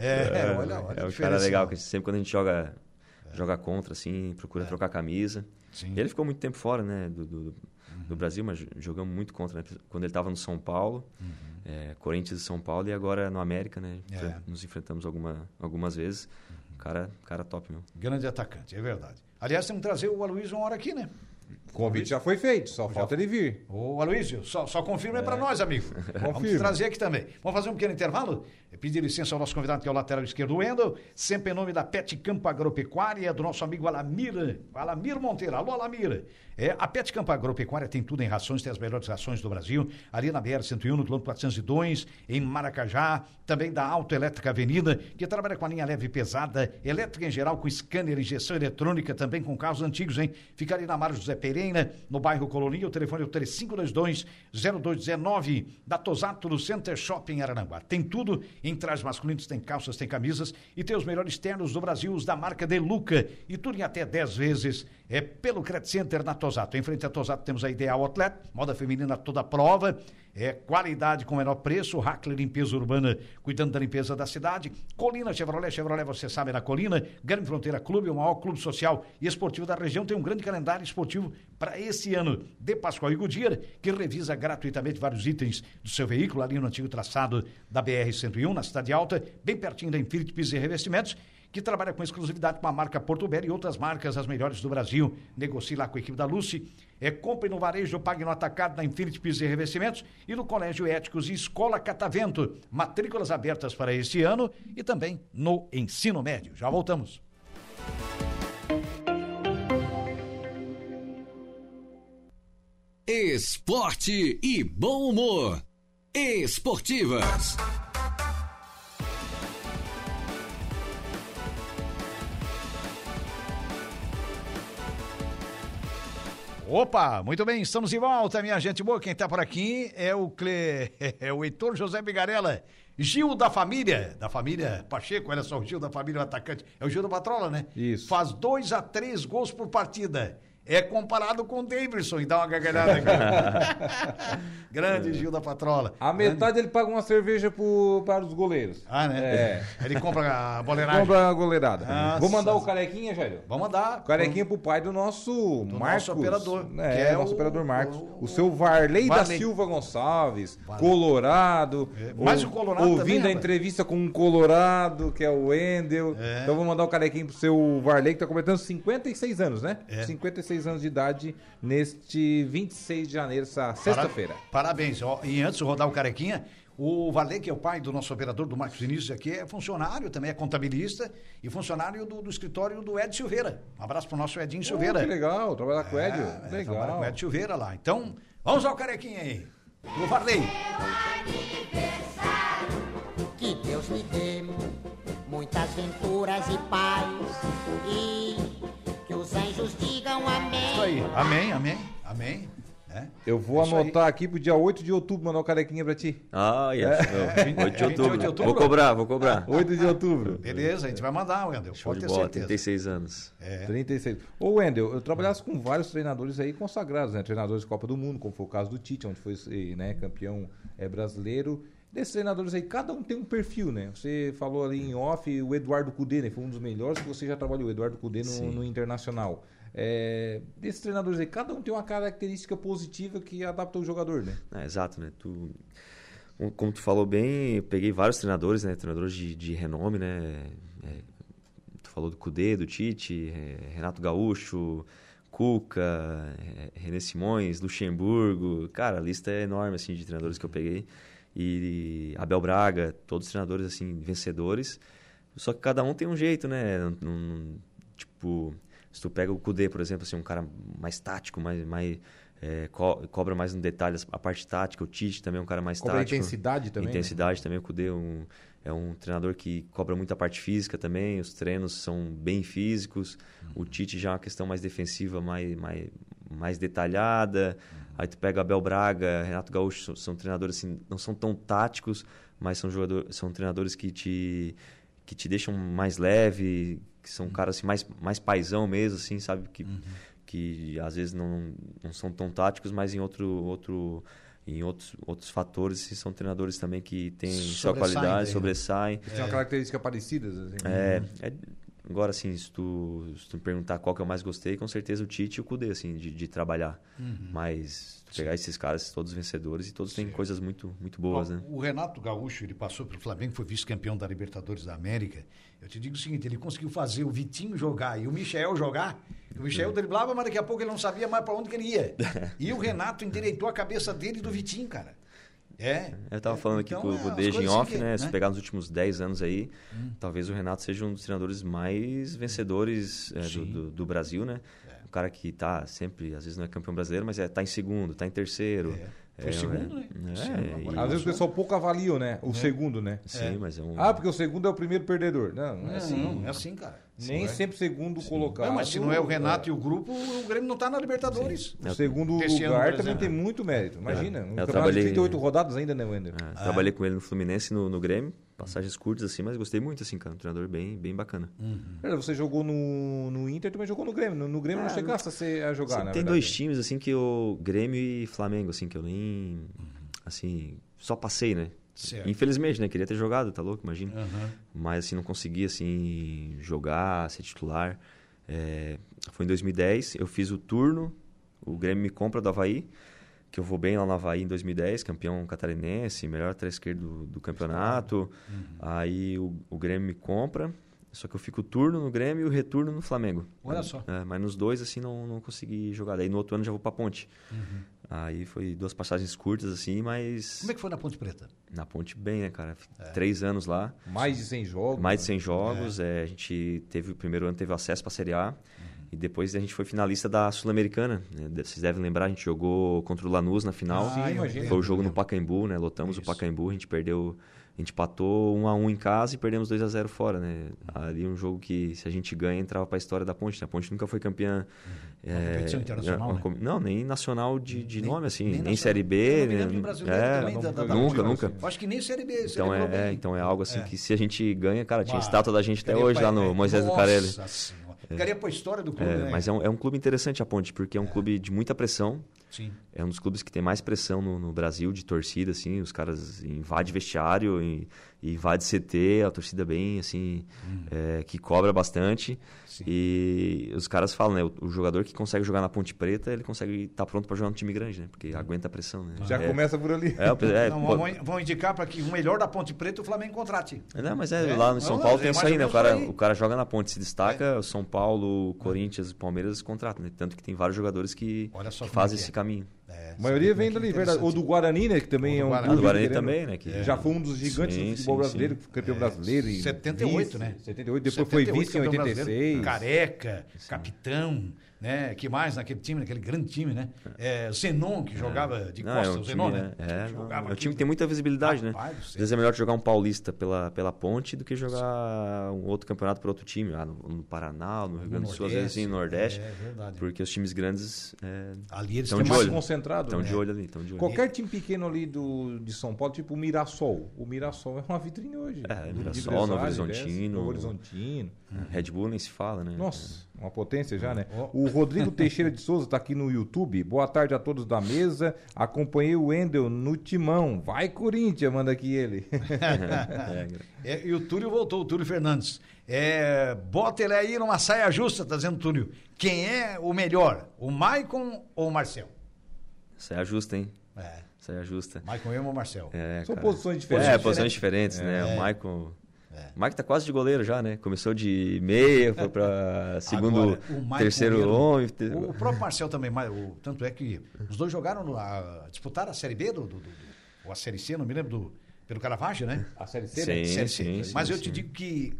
É, olha, olha.
é
a
um cara
diferença. né? É.
legal, que a gente- sempre quando a gente joga, joga contra, assim, procura trocar camisa.
Sim. Uhum.
Ele ficou muito tempo fora, né, do, do, do- do Brasil, mas jo- jogamos muito contra, né? Quando ele estava no São Paulo, é, Corinthians e São Paulo, e agora no América, né?
Uhum. É. Uhum.
Nos enfrentamos alguma, algumas vezes. Cara, cara top, meu.
Grande atacante, é verdade. Aliás, temos que trazer o Aloysio uma hora aqui, né?
O convite já foi feito, só falta ele vir.
Ô, Aloysio, só, só confirma aí pra nós, amigo. Vamos
Confirma.
trazer aqui também. Vamos fazer um pequeno intervalo? Pedir licença ao nosso convidado, que é o lateral esquerdo, o Wendel. Sempre em nome da Pet Campo Agropecuária, do nosso amigo Alamir, Alamir Monteiro. Alô, Alamir. É, a Pet Campo Agropecuária tem tudo em rações, tem as melhores rações do Brasil. Ali na BR-101, no quilômetro 402, em Maracajá. Também da Autoelétrica Avenida, que trabalha com a linha leve e pesada, elétrica em geral, com scanner, injeção eletrônica, também com carros antigos, hein? Fica ali na Mário José Pereira, no bairro Colonia, o telefone é o 3522-0219, da Tosato, um no Center Shopping Arananguá. Tem tudo em trajes masculinos, tem calças, tem camisas e tem os melhores ternos do Brasil, os da marca Deluca. E tudo em até 10 vezes é pelo Credit Center na Tosato. Em frente à Tosato temos a Ideal Outlet, moda feminina toda prova, é qualidade com menor preço, Hackler Limpeza Urbana, cuidando da limpeza da cidade. Colina Chevrolet, Chevrolet, você sabe, é na Colina. Grande Fronteira Clube, o maior clube social e esportivo da região, tem um grande calendário esportivo para esse ano. De Pascoal e Goodyear, que revisa gratuitamente vários itens do seu um, veículo, ali no antigo traçado da BR-101, na Cidade Alta, bem pertinho da Infinity Pisa e Revestimentos. que trabalha com exclusividade com a marca Porto Belo e outras marcas, as melhores do Brasil. Negocie lá com a equipe da Lucy. É, compre no varejo, pague no atacado, na Infinity Pisos e Revestimentos e no Colégio Éticos e Escola Catavento. Matrículas abertas para este ano e também no ensino médio. Já voltamos.
Esporte e bom humor. Esportivas.
Opa, muito bem, estamos de volta, minha gente boa. Quem está por aqui é o Cle... é o Heitor José Bigarella. Gil da família, da família Pacheco, olha só, o Gil da família, o atacante. É o Gil da Patrola, né?
Isso.
Faz dois a três gols por partida. É comparado com o Davidson e dá uma gargalhada aqui. Grande Gil da Patrola.
A metade ele paga uma cerveja pro- para os goleiros.
Ah, né?
É.
Ele compra a boleiragem.
Compra a goleirada.
Nossa.
Vou mandar o carequinha, Jair.
Vamos mandar.
O carequinha pro pai do nosso Marcos.
operador, que
É,
é
nosso
o-
operador Marcos.
o-
O, seu Varley,
Varley.
da Silva Gonçalves,
Varley.
Colorado.
É,
ou-
mas o Colorado também,
Ouvindo a
rapaz.
entrevista com um Colorado, que é o Wendel.
É.
Então vou mandar o carequinho pro seu Varley, que tá completando 56 anos, né?
É.
56 anos de idade neste 26 de janeiro, essa sexta-feira.
Parabéns. Ó, e antes de rodar o carequinha, o Valer, que é o pai do nosso operador, do Marcos Vinícius aqui, é funcionário também, é contabilista e funcionário do, do escritório do Ed Silveira. Um abraço pro nosso Edinho Silveira.
Oh, que legal, trabalhar com o Edio.
né? É, é, trabalha
legal.
com o Ed Silveira lá. Então, vamos ao carequinha aí. O Varley.
Que Deus me dê muitas venturas e paz e que os anjos digam
Isso
amém.
aí. Amém, amém, amém. né?
Eu vou
Isso aí.
anotar aqui pro dia 8 de outubro mandar o carequinha pra ti.
Ah, yes.
É,
8 de
28 de
outubro.
outubro.
Vou cobrar, vou cobrar.
Tá.
8 de outubro.
Beleza, a gente vai mandar, Wendel.
Show
Pode
de
ter
bola,
certeza.
36 anos.
É.
36. Ô, Wendel, eu trabalhasse com vários treinadores aí consagrados, né? Treinadores de Copa do Mundo, como foi o caso do Tite, onde foi eh, né, campeão eh, brasileiro. Desses treinadores aí, cada um tem um perfil, né? Você falou ali em off, o Eduardo Cudê, né? Foi um dos melhores que você já trabalhou, o Eduardo Cudê no,
Sim.
no Internacional. É, desses treinadores aí, cada um tem uma característica positiva que adapta o jogador, né?
É, exato, né? Tu, como- como tu falou bem, eu peguei vários treinadores, né? Treinadores de, de renome, né? É, tu falou do Cudê, do Tite, é, Renato Gaúcho, Cuca, é, René Simões, Luxemburgo. Cara, a lista é enorme, assim, de treinadores que eu peguei. E Abel Braga, todos treinadores, assim, vencedores. Só que cada um tem um jeito, né? Não- não- tipo, se tu pega o Kudê, por exemplo, assim, um cara mais tático, mais, mais é, co- cobra mais no detalhe a parte tática. O Tite também é um cara mais
Cobra
tático.
intensidade também. né?
Intensidade também, o Kudê é um, é um treinador que cobra muita parte física também, os treinos são bem físicos. O Tite já é uma questão mais defensiva, mais, mais, mais detalhada. Aí tu pega Abel Braga, Renato Gaúcho, são, são treinadores assim, não são tão táticos, mas são, jogador, são treinadores que te, que te deixam mais leve, que
Uhum.
são caras assim, mais, mais paisão mesmo, assim, sabe? Que, que às vezes não, não são tão táticos, mas em outro. outro em outros, outros fatores, assim, são treinadores também que têm sua
Sobressaem daí,
qualidade,
né? Uhum.
sobressaem.
Tem uma característica parecida. Assim.
É, é- agora, assim, se tu, se tu me perguntar qual que eu mais gostei, com certeza o Tite e o Kudê, assim, de, de trabalhar.
Uhum.
Mas tu pegar esses caras, todos vencedores, e todos têm coisas muito, muito boas, né?
O Renato Gaúcho, ele passou pelo Flamengo, foi vice-campeão da Libertadores da América. Eu te digo o seguinte, ele conseguiu fazer o Vitinho jogar e o Michel jogar. O
É.
Michel driblava, mas daqui a pouco ele não sabia mais para onde que ele ia. E o Renato endireitou a cabeça dele e do Vitinho, cara. É.
Eu tava falando aqui
Então,
com
é,
o
as
Kudê
coisas
em
assim
off,
que-
né? Se tu pegar nos últimos 10 anos aí, talvez o Renato seja um dos treinadores mais vencedores é, do, do- do Brasil, né? Um cara que tá sempre, às vezes não é campeão brasileiro, mas é, tá em segundo, tá em terceiro.
É. Foi segundo, né? Esse ano
É,
agora.
e-
Às vezes o pessoal pouco avalia, né? O segundo, né?
Sim, mas é um...
Ah, porque o segundo é o primeiro perdedor. Não, não é assim.
Não, é assim, cara.
Nem sempre segundo colocado.
Não, mas se não é o Renato e o grupo, o Grêmio não tá na Libertadores.
É
O segundo
Esse ano,
lugar
por
também
exemplo.
tem muito mérito. Imagina, um
Eu
campeonato
trabalhei-
de 38 rodadas ainda, né, Wender?
É, Trabalhei com ele no Fluminense, no, no Grêmio, passagens curtas assim, mas gostei muito assim, cara, um treinador bem, bem bacana.
Cara, Você jogou no, no Inter, também jogou no Grêmio. No, no Grêmio não chegasse a, ser, a jogar,
Assim,
né?
É. tem dois times assim que eu Grêmio e Flamengo assim que eu nem assim só passei, né?
Certo.
Infelizmente, né? Queria ter jogado, tá louco, imagina. Mas assim não consegui assim jogar, ser titular. É, foi em 2010, eu fiz o turno, o Grêmio me compra do Havaí, que eu vou bem lá no Havaí em 2010, campeão
Uhum.
catarinense, melhor atrás esquerdo do, do campeonato. Aí o, o Grêmio me compra Só que eu fico turno no Grêmio e o retorno no Flamengo.
Olha
É,
só.
é, mas nos dois, assim, não, não consegui jogar. Daí no outro ano já vou pra ponte. Aí foi duas passagens curtas, assim, mas.
Uhum. Como é que É. foi na Ponte Preta?
Na ponte, bem, né, cara? Fiquei Três anos lá.
Mais de 100 jogos.
né?
Mais de 100 jogos, é, a gente teve o primeiro ano teve acesso para a Série A
Uhum.
e depois a gente foi finalista da Sul-Americana. né? De- Vocês devem lembrar, a gente jogou contra o Lanús na final.
Ah, sim,
eu
imagina.
lembro,
Foi o jogo
eu
no
lembro.
Pacaembu, né? Lotamos o
Isso.
Pacaembu, a gente perdeu, a gente empatou 1 a 1 em casa e perdemos 2 a 0 fora, né? Ali um jogo que se a gente ganha entrava para a história da Ponte. né? A Ponte nunca foi campeã
Uhum. Uma competição internacional,
uma
né?
com- não, nem nacional de, de
Nem-
nome assim,
nem
nem,
nacional.
Série
Eu
B,
não me lembro de um
né?
brasileiro
É,
também da- da- da
nunca,
Ponte,
nunca.
Eu Acho que nem Série B. Série
Então
B não
é,
vem.
então é algo assim
É.
que se a gente ganha, cara, tinha
Uau.
estátua da gente até
Ficaria
hoje
pra-
lá no Moisés do Carelli.
né? Nossa Senhora. Ficaria pra história do clube,
É,
né?
mas é um, é um clube interessante a Ponte, porque é um clube de muita pressão.
Sim.
É um dos clubes que tem mais pressão no, no Brasil de torcida, assim. Os caras invadem vestiário, e, e invadem CT, a torcida bem, assim, é, que cobra bastante.
Hum. Sim.
E os caras falam, né? O, o jogador que consegue jogar na Ponte Preta, ele consegue estar pronto para jogar no time grande, né?
Hum.
Porque aguenta a pressão, né?
Já
é,
começa por ali.
É, o- é,
Então,
pô-
vão, vão indicar para que o melhor da Ponte Preta o Flamengo contrate.
É, Não, mas é,
É,
lá
não,
em São
não,
Paulo
mas é
tem isso
mais
aí,
ou
né? O
menos
cara,
por aí. É.
o cara joga na ponte, se destaca, o São Paulo, o Corinthians, o Palmeiras contratam, né? Tanto que tem vários jogadores que,
Olha só
que
como
fazem
é que
esse
é.
caminho.
É,
A maioria
sabe
vem
como é
dali,
que é
verdade. Ou do
interessante.
Guarani, né? Que também
Ou do
é um
Guarani.
Ah, do
clube
Guarani
querendo-
também, né? Que
É.
Já foi um dos gigantes
Sim,
do futebol
sim,
brasileiro, campeão brasileiro. e
78,
vice,
né?
78, depois foi
78,
vice em
campeão
86.
brasileiro. Careca, capitão, né? Que mais naquele time, naquele grande time, né? É, Zenon, que jogava de
Não,
costas,
é um
o
time,
Zenon,
né?
né?
É,
Jogava
não, é um
aqui,
time que tem muita visibilidade, né?
Rapaz do
Às
céu.
vezes é melhor jogar um paulista pela, pela ponte do que jogar um outro campeonato para outro time, lá no, no Paraná, no Rio Grande do Sul, às
Nordeste.
vezes assim, no Nordeste.
É, verdade.
Porque os times grandes é,
Ali eles
Tão
têm
de
mais
mais
olho.
concentrado.
É.
estão
né?
de olho ali, estão de olho.
Qualquer time pequeno ali do, de São Paulo, tipo o Mirassol. O Mirassol é uma vitrine hoje.
É,
Um grupo de
Mirassol,
empresários,
Novo
né?
Horizontino. É.
Novo Horizontino.
Red Bull nem se fala, né?
Nossa, uma potência já, né? O Rodrigo Teixeira de Souza está aqui no YouTube. Boa tarde a todos da mesa. Acompanhei o Wendel no timão. Vai, Corinthians, manda aqui ele.
É, cara.
É, e o Túlio voltou, o Túlio Fernandes. É, bota ele aí numa saia justa, tá dizendo o Túlio. Quem é o melhor, o Maicon ou o Marcel?
Isso aí ajusta, hein?
É,
Isso aí ajusta.
Maicon eu ou Marcel?
É,
São
cara.
posições diferentes.
É, posições diferentes, né? O Michael.
É.
O Mike tá quase de goleiro já, né? Começou de meia, foi pra segundo,
Agora, o Maicon
terceiro
Melo,
homem. ter-
O próprio Marcel também, mas o, tanto é que os dois jogaram, no- a, disputaram a Série B, do, do- do- ou a Série C, não me lembro, do, pelo Caravaggio, né?
A Série C, né?
Sim, sim,
Série C.
sim,
mas eu
sim.
te digo que,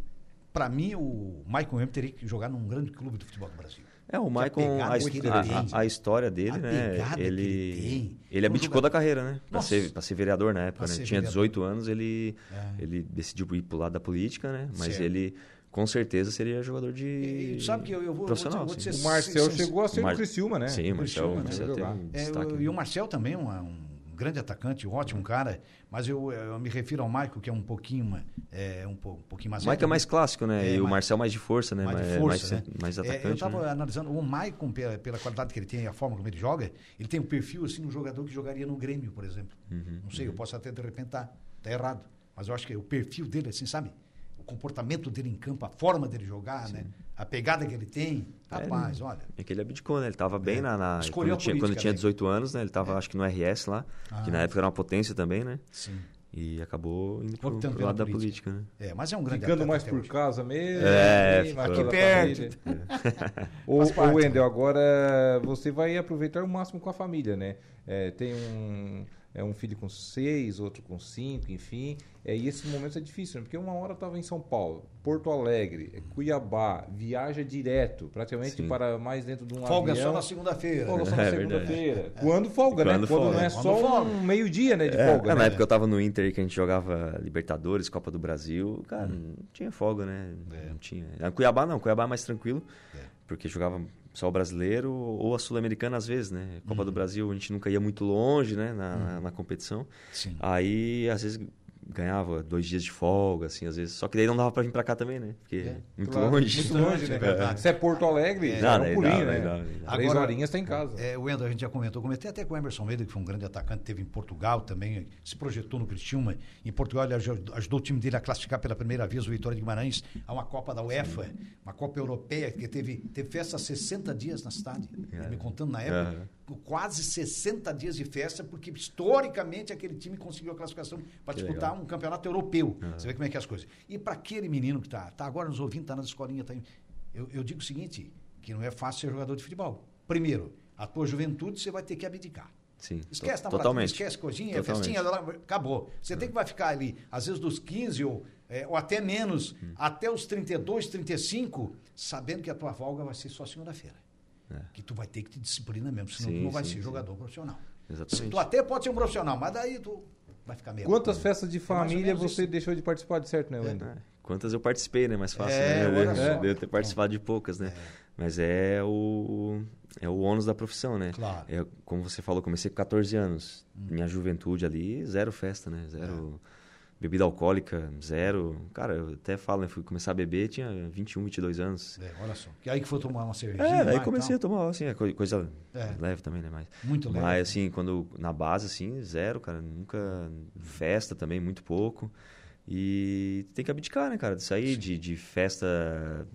pra mim, o Maicon Emer teria que jogar num grande clube do futebol do Brasil.
É, o Maicon,
pegada
a,
que
his-
ele
a-
tem.
a- a história dele,
A
né?
pegada que
Ele,
ele tem.
ele,
Um
abdicou
jogador-
da carreira, né? Pra
Nossa.
ser, pra ser vereador na época,
Pra
né?
ser
Tinha
vereador. É.
18 anos, ele, ele decidiu ir pro lado da política, né? Mas
Certo.
ele, com certeza, seria jogador de.
E- e sabe que eu- eu vou-
profissional,
vou te- vou te
sim.
ser
O Marcel
Sim, sim,
chegou a ser
Mar-
do Criciúma, né?
Sim, mas é
Criciúma,
o
né?
Marcel tem um
É,
destaque. Uhum.
o- e o Marcel também é um, um grande atacante, um ótimo cara, mas eu, eu me refiro ao Maicon, que é um pouquinho, é, um, pou- um pouquinho mais...
O Mike é mais clássico, né?
É,
e o
mais-
Marcel mais de força, né?
mais de
Mais-
força,
mais,
né?
mais
É,
atacante.
eu estava
né?
analisando o Maicon pela, pela qualidade que ele tem, e a forma como ele joga, ele tem um perfil assim um jogador que jogaria no Grêmio, por exemplo.
Uhum,
Não sei, eu posso até de repente estar tá, tá errado, mas eu acho que o perfil dele assim, sabe? O comportamento dele em campo, a forma dele jogar, né? A pegada que ele tem, rapaz, olha.
É que ele abdicou, né? Ele tava bem na. na-
É. Escolheu
quando,
a política,
tinha,
Ah.
quando tinha
né?
18 anos, né? Ele tava, acho que no RS lá, que na época era uma potência também, né?
Sim.
E acabou indo pro,
Optando
pro
pela
lado da
um política.
política, né?
É, mas é um grande
Ficando
atleta
mais
até
por
hoje.
casa mesmo.
É,
assim, mais
ficando
pela
perto.
família. Ô, ô Wendel, agora você vai aproveitar o máximo com a família, né? É, tem um, é um filho com seis, outro com cinco, enfim. É, e esses momentos é difícil, né? Porque uma hora eu estava em São Paulo, Porto Alegre, Cuiabá, viaja direto, praticamente
Sim.
para mais dentro de um
Folga
avião.
só na segunda-feira. né?
Folga só
É
na
verdade.
segunda-feira. Quando folga, né?
Quando
Quando
folga.
não é
Quando
só
folga.
um meio-dia, né? De
É,
folga.
é, na
né?
época eu tava no Inter que a gente jogava Libertadores, Copa do Brasil, cara,
Hum.
não tinha folga, né?
É.
Não tinha. Na Cuiabá não, Cuiabá é mais tranquilo, porque jogava só o brasileiro ou a Sul-Americana às vezes, né? Copa
Uhum.
do Brasil a gente nunca ia muito longe, né? Na, na- na competição.
Sim.
Aí às vezes ganhava dois dias de folga, assim, às vezes. Só que daí não dava pra vir pra cá também, né? Porque muito
Claro,
longe.
Muito longe, né?
É verdade.
Se é Porto Alegre, já
É.
é
Não,
um
daí
pulinho,
dá,
né?
daí dá, daí dá.
Três
Agora-
horinhas tá em casa.
É, o Endo, a gente já comentou, comentei até com o Emerson Meida, que foi um grande atacante, teve em Portugal também, se projetou no Criciúma. Em Portugal ele ajudou, ajudou o time dele a classificar pela primeira vez o Vitória de Guimarães a uma Copa da UEFA, uma Copa Europeia, que teve, teve festa há 60 dias na cidade, ele me contando na época.
Aham.
quase 60 dias de festa, porque historicamente aquele time conseguiu a classificação para
Que
disputar
legal. Ah.
um campeonato europeu. Você vê como é que é as coisas. E para aquele menino que tá, tá agora nos ouvindo, tá nas escolinhas, tá, em- eu, eu digo o seguinte, que não é fácil ser jogador de futebol. Primeiro, a tua juventude você vai ter que abdicar.
Sim,
Esquece
to-
namoradinho,
totalmente.
esquece coisinha,
Totalmente.
festinha, lá, acabou. Você tem que vai ficar ali, às vezes dos 15 ou, é, ou até menos,
Hum.
até os 32, 35, sabendo que a tua folga vai ser só segunda-feira. Que tu vai ter que te disciplinar mesmo, senão tu
É. Sim,
não vai
sim,
ser
sim.
jogador profissional.
Exatamente.
Tu até pode ser um profissional, mas daí tu vai ficar meio.
Quantas festas de
ou
família
menos
você
isso.
deixou de participar de certo, né, Wendel?
É, Quantas eu participei, né? Mais fácil,
É,
né?
olha
de-
só.
de eu ter participado de poucas, né? Mas é o, é o ônus da profissão, né?
Claro. Hum.
É, como você falou, comecei com 14 anos. Minha juventude ali, zero festa, né? Zero
É.
bebida alcoólica, zero... Cara, eu até falo, né? Fui começar a beber, tinha 21, 22 anos.
É, olha só. Que aí que foi tomar uma cervejinha.
É,
lá e
daí
tal.
comecei a tomar, assim, a coi- coisa
É.
leve também, né? Mas,
Muito leve.
Mas, assim, quando na base, assim, zero, cara. Nunca. Festa também, muito pouco. E tem que abdicar, né, cara? De sair de, de festa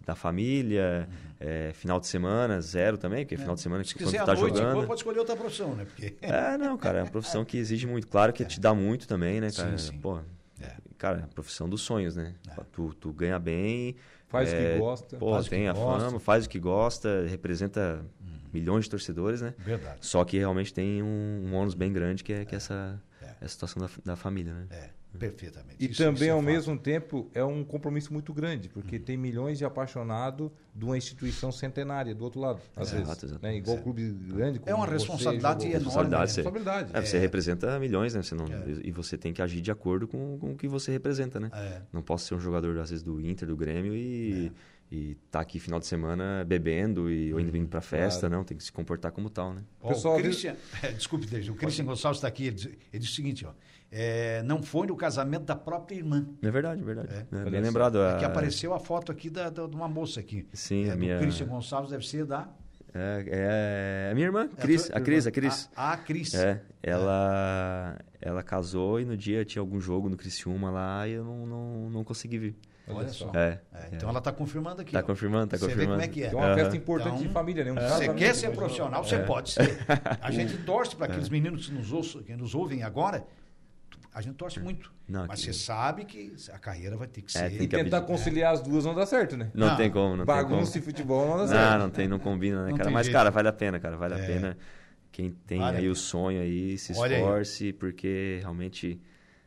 da família,
Uhum.
é, final de semana, zero também, porque final de semana
Se
que
quiser
quando
É. à
tu tá
noite,
jogando.
pode escolher outra profissão, né? Porque.
É, não, cara, é uma profissão que exige muito. Claro que te dá muito também, né, cara?
É. Sim, sim.
Pô,
É.
cara, é a profissão dos sonhos, né? Tu, tu ganha bem.
Faz o que
é,
gosta.
Pô,
Faz o que
tem a
gosta. Uhum.
fama, faz o que gosta, representa milhões de torcedores, né?
Verdade.
Só que realmente tem um, um ônus bem grande que é, que é essa,
É.
essa situação da, da família, né?
É, perfeitamente.
E
Isso- isso
também,
é
ao
fato.
mesmo tempo, é um compromisso muito grande, porque tem milhões de apaixonados de uma instituição centenária, do outro lado, às
Exato,
vezes.
exato.
Né? Igual o clube grande. como
É uma
você
responsabilidade
jogou.
enorme.
Responsabilidade,
né?
você,
Responsabilidade.
é, você representa milhões, né? Você não,
É.
E você tem que agir de acordo com, com o que você representa, né?
É.
Não posso ser um jogador, às vezes, do Inter, do Grêmio e... E tá aqui final de semana bebendo e ou indo
Uhum.
vindo pra festa, não. Tem que se comportar como tal, né?
Ó,
Pessoal,
o
viu-
Christian, É, desculpe, Deise, o Christian Gonçalves está aqui, ele diz, ele diz o seguinte, ó, é, não foi no casamento da própria irmã,
É verdade, é verdade. É,
Olha
bem
só.
lembrado.
é
A...
que apareceu a foto aqui da, da- de uma moça aqui.
Sim,
é,
a
do
minha-
Christian Gonçalves deve ser da...
É, é, a minha irmã,
é
Cris,
tua
a Cris,
irmã. Ah,
a Cris.
A, a Cris.
É, ela, ela casou e no dia tinha algum jogo no Criciúma lá e eu não, não, não consegui vir.
Olha só.
É,
É, então ela está confirmando aqui.
Tá
ó.
confirmando, tá
Você vê como
confirmando.
é que é.
Então, é uma
Aham.
festa importante
Então,
de família, né? Um
Você
casamento,
quer ser
mas-
profissional, você
É.
pode ser. A gente torce para aqueles meninos que nos, ouçam- que nos ouvem agora, tu- a gente torce muito.
Não,
Mas
que-
você sabe que a carreira vai ter que
É,
ser...
tem
E
que
tentar
abdicar.
conciliar as duas não dá certo, né?
Não,
Não,
tem como, não
Bagunça e
tem
futebol não dá
como.
certo.
Não, não tem, não combina, né,
é. Não
cara?
tem
Mas,
jeito. É.
cara, vale a pena, cara, vale a pena. Quem tem
Vale a
aí
pena.
o sonho aí, se
Olha aí.
esforce, porque realmente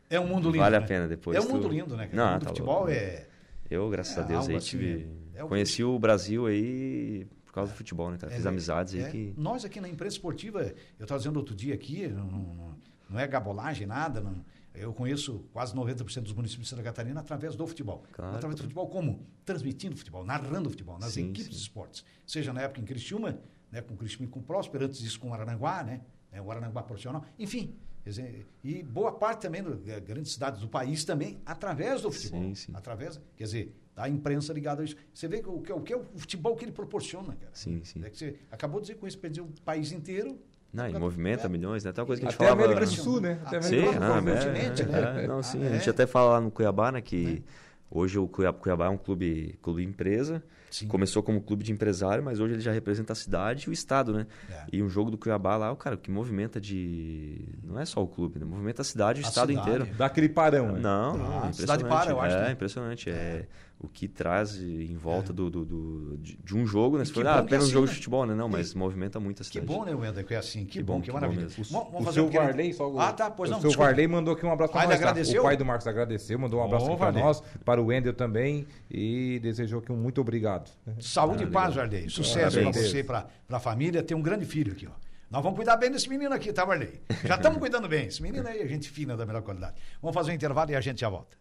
É um mundo lindo.
vale a
né?
pena depois.
É um mundo
tu-
lindo, né?
Não,
Cara? o mundo
tá
do futebol
louco.
é.
Eu, graças
É
a Deus,
algo
aí
assim
tive...
mesmo. É o-
Conheci o Brasil aí por causa do futebol, né, cara? Fiz
é-
amizades aí
é.
que...
Nós aqui na imprensa esportiva, eu estava dizendo outro dia aqui, não, não- não- não é gabolagem, nada. não- eu conheço quase 90% dos municípios de Santa Catarina através do futebol.
Claro.
Através do futebol como? Transmitindo futebol, narrando futebol, nas
Sim,
equipes
sim.
de esportes. Seja na época em Criciúma, né, com Criciúma e com Próspero, antes disso com Aranaguá, né? né, o Aranaguá profissional. Enfim, quer dizer, e boa parte também das grandes cidades do país também através do futebol.
Sim, sim.
Através, quer dizer, a imprensa ligada a isso. Você vê que o que, o que é o futebol que ele proporciona, cara.
Sim, sim.
É que você acabou de dizer que com isso perdeu o país inteiro.
Não, né, e movimenta
é.
milhões, né? Até uma coisa que a gente
Até a
falava...
América do Sul, né? Até a
Sim,
América do Sul.
ah,
Sul,
é,
continente,
é,
né?
é, não, sim.
Ah,
A gente
é?
até fala lá no Cuiabá, né, que hoje o Cuiabá, Cuiabá é um clube, clube empresa.
Sim.
Começou como clube de empresário, mas hoje ele já representa a cidade e o estado, né?
É.
E um jogo do Cuiabá lá, o cara, o que movimenta de... Não é só o clube, né? Movimenta a cidade e o
A
estado
cidade.
inteiro.
Dá aquele parão, né?
Não, não,
Ah,
é
a cidade
impressionante.
para, eu acho,
É
né? É.
impressionante. É. o que traz em volta do, do- do- de, de um jogo, né? Se
que
for ah,
bom que é
apenas um
assim,
jogo
né?
de futebol, né? Não, mas movimenta muito a
Que
cidade.
bom, né, Wendel, que é assim. Que, bom,
bom,
que
que bom
maravilha.
mesmo.
Vamos- vamos
O
fazer um
seu
pequeno-
Varley, só o-
Ah, tá, pois
o
não.
seu
desculpa.
Varley mandou aqui um abraço
Ah,
para
ele
nós. tá?
agradeceu?
O pai do Marcos agradeceu, mandou um abraço
Ô,
para
Varley.
nós, para o Wendel também e desejou aqui um muito obrigado.
Saúde e paz, Varley. Sucesso para
Parabéns.
você e para a família. Tem um grande filho aqui, ó. Nós vamos cuidar bem desse menino aqui, tá, Varley? Já estamos cuidando bem. Esse menino aí é gente fina da melhor qualidade. Vamos fazer um intervalo e a gente já volta.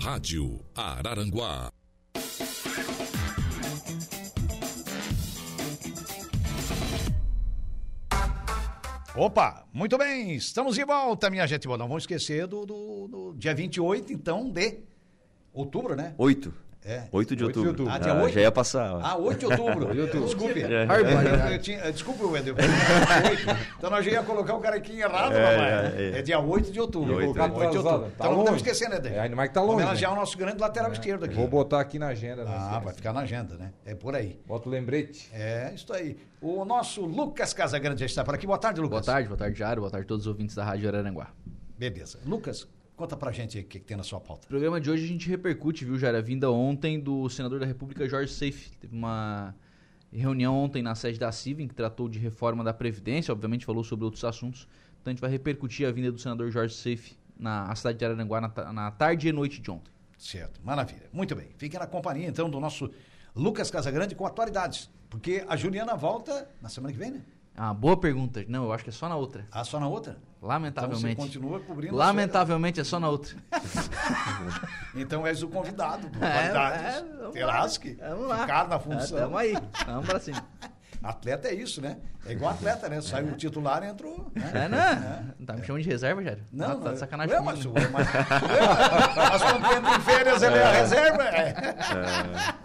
Rádio Araranguá.
Opa, muito bem, estamos de volta, minha gente. Bom, não vamos esquecer do, do, do dia 28, então, de outubro, né?
Oito.
É.
8 de
8 de
outubro.
outubro.
Ah, dia
Ah,
8?
já ia passar. ó.
Ah, 8 de outubro.
É.
Desculpe.
Barbaridade.
Eu tinha- Desculpe, Wendel. eu tinha 8. Então nós já ia colocar o cara aqui errado,
É,
rapaz.
é, é.
É dia 8 de outubro.
Ia colocar
de
atrasado,
outubro.
tá
Então não
longe.
podemos esquecer, né, Dani?
É, ainda mais que tá longe,
Homenagear
né?
o nosso grande lateral esquerdo aqui.
Vou botar aqui na agenda. não
Ah,
esquece.
vai ficar na agenda, né? É por aí.
Bota o lembrete.
É, isso aí. O nosso Lucas Casagrande já está por aqui. Boa tarde, Lucas.
Boa tarde, boa tarde, Jário. Boa tarde a todos os ouvintes da Rádio Araranguá.
Beleza. Lucas, conta pra gente aí o que, que tem na sua pauta.
O programa de hoje a gente repercute, viu, Jara? A vinda ontem do senador da República, Jorge Seif. Teve uma reunião ontem na sede da CIVIM, que tratou de reforma da Previdência, obviamente falou sobre outros assuntos. Então a gente vai repercutir a vinda do senador Jorge Seif na a cidade de Araranguá na, ta- na tarde e noite de ontem.
Certo, maravilha. Muito bem. Fiquem na companhia, então, do nosso Lucas Casagrande com atualidades. Porque a Juliana volta na semana que vem, né?
Ah, boa pergunta. Não, eu acho que é só na outra.
Ah, só na outra?
Lamentavelmente.
Então você continua cobrindo a
Lamentavelmente é só na outra.
Então és o convidado do
É,
Qualidades.
é, vamos
Terás que
Vamos lá.
ficar na função.
É, Tamo aí. Vamos pra cima.
Atleta é isso, né? É igual atleta, né? Saiu o titular e entrou. né?
É, não. Tá me chamando de reserva, Jário?
Não,
tá,
não.
tá de sacanagem
Ué,
comigo,
mas, ué,
né?
mas, ué, mas quando entra em férias, ele é a reserva. É.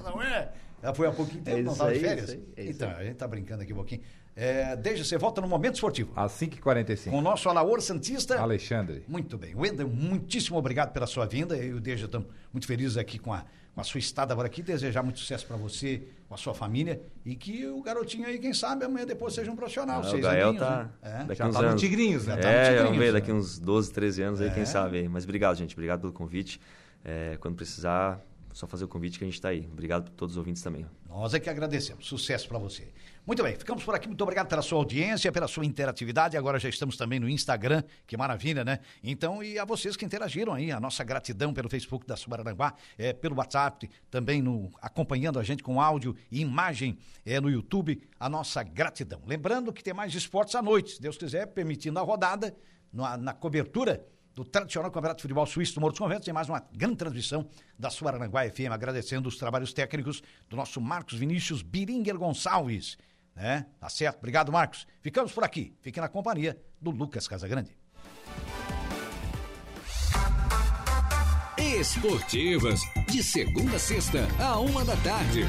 Não é? Ela foi há pouquinho tempo,
É
não
isso
estava de
aí,
férias.
isso aí, é isso
então, a gente tá brincando aqui um pouquinho. É, deixa, você volta no Momento
Ah,
Esportivo.
Às 5h45.
Com o nosso Alaor Santista.
Alexandre.
Muito bem. Wendel, muitíssimo obrigado pela sua vinda. Eu e o Deja estamos muito felizes aqui com a, com a sua estada agora aqui. Desejar muito sucesso para você, com a sua família. E que o garotinho aí, quem sabe, amanhã depois seja um profissional.
Ah, o
seis
Gael
aninhos,
tá.
né? É.
Daqui
Já
uns
tá no
anos.
Tigrinhos, né?
Já tá no
É,
Tigrinhos,
vamos ver,
né? É.
daqui uns 12, 13 anos aí, quem sabe. aí. Mas obrigado, gente. Obrigado pelo convite. É, quando precisar, só fazer o convite que a gente tá aí. Obrigado por todos os ouvintes também.
Nós é que agradecemos. Sucesso para você. Muito bem, ficamos por aqui. Muito obrigado pela sua audiência, pela sua interatividade. Agora já estamos também no Instagram. Que maravilha, né? Então, e a vocês que interagiram aí, a nossa gratidão pelo Facebook da Subaranguá, é, pelo WhatsApp, também no, acompanhando a gente com áudio e imagem é, no YouTube. A nossa gratidão. Lembrando que tem mais esportes à noite, se Deus quiser, permitindo a rodada, na- na cobertura do tradicional Campeonato de Futebol Suíço do Morro dos Conventos, tem mais uma grande transmissão da Suaranguá FM, agradecendo os trabalhos técnicos do nosso Marcos Vinícius Biringer Gonçalves, né? Tá certo, obrigado Marcos. Ficamos por aqui, fique na companhia do Lucas Casagrande.
Esportivas, de segunda a sexta, a uma da tarde.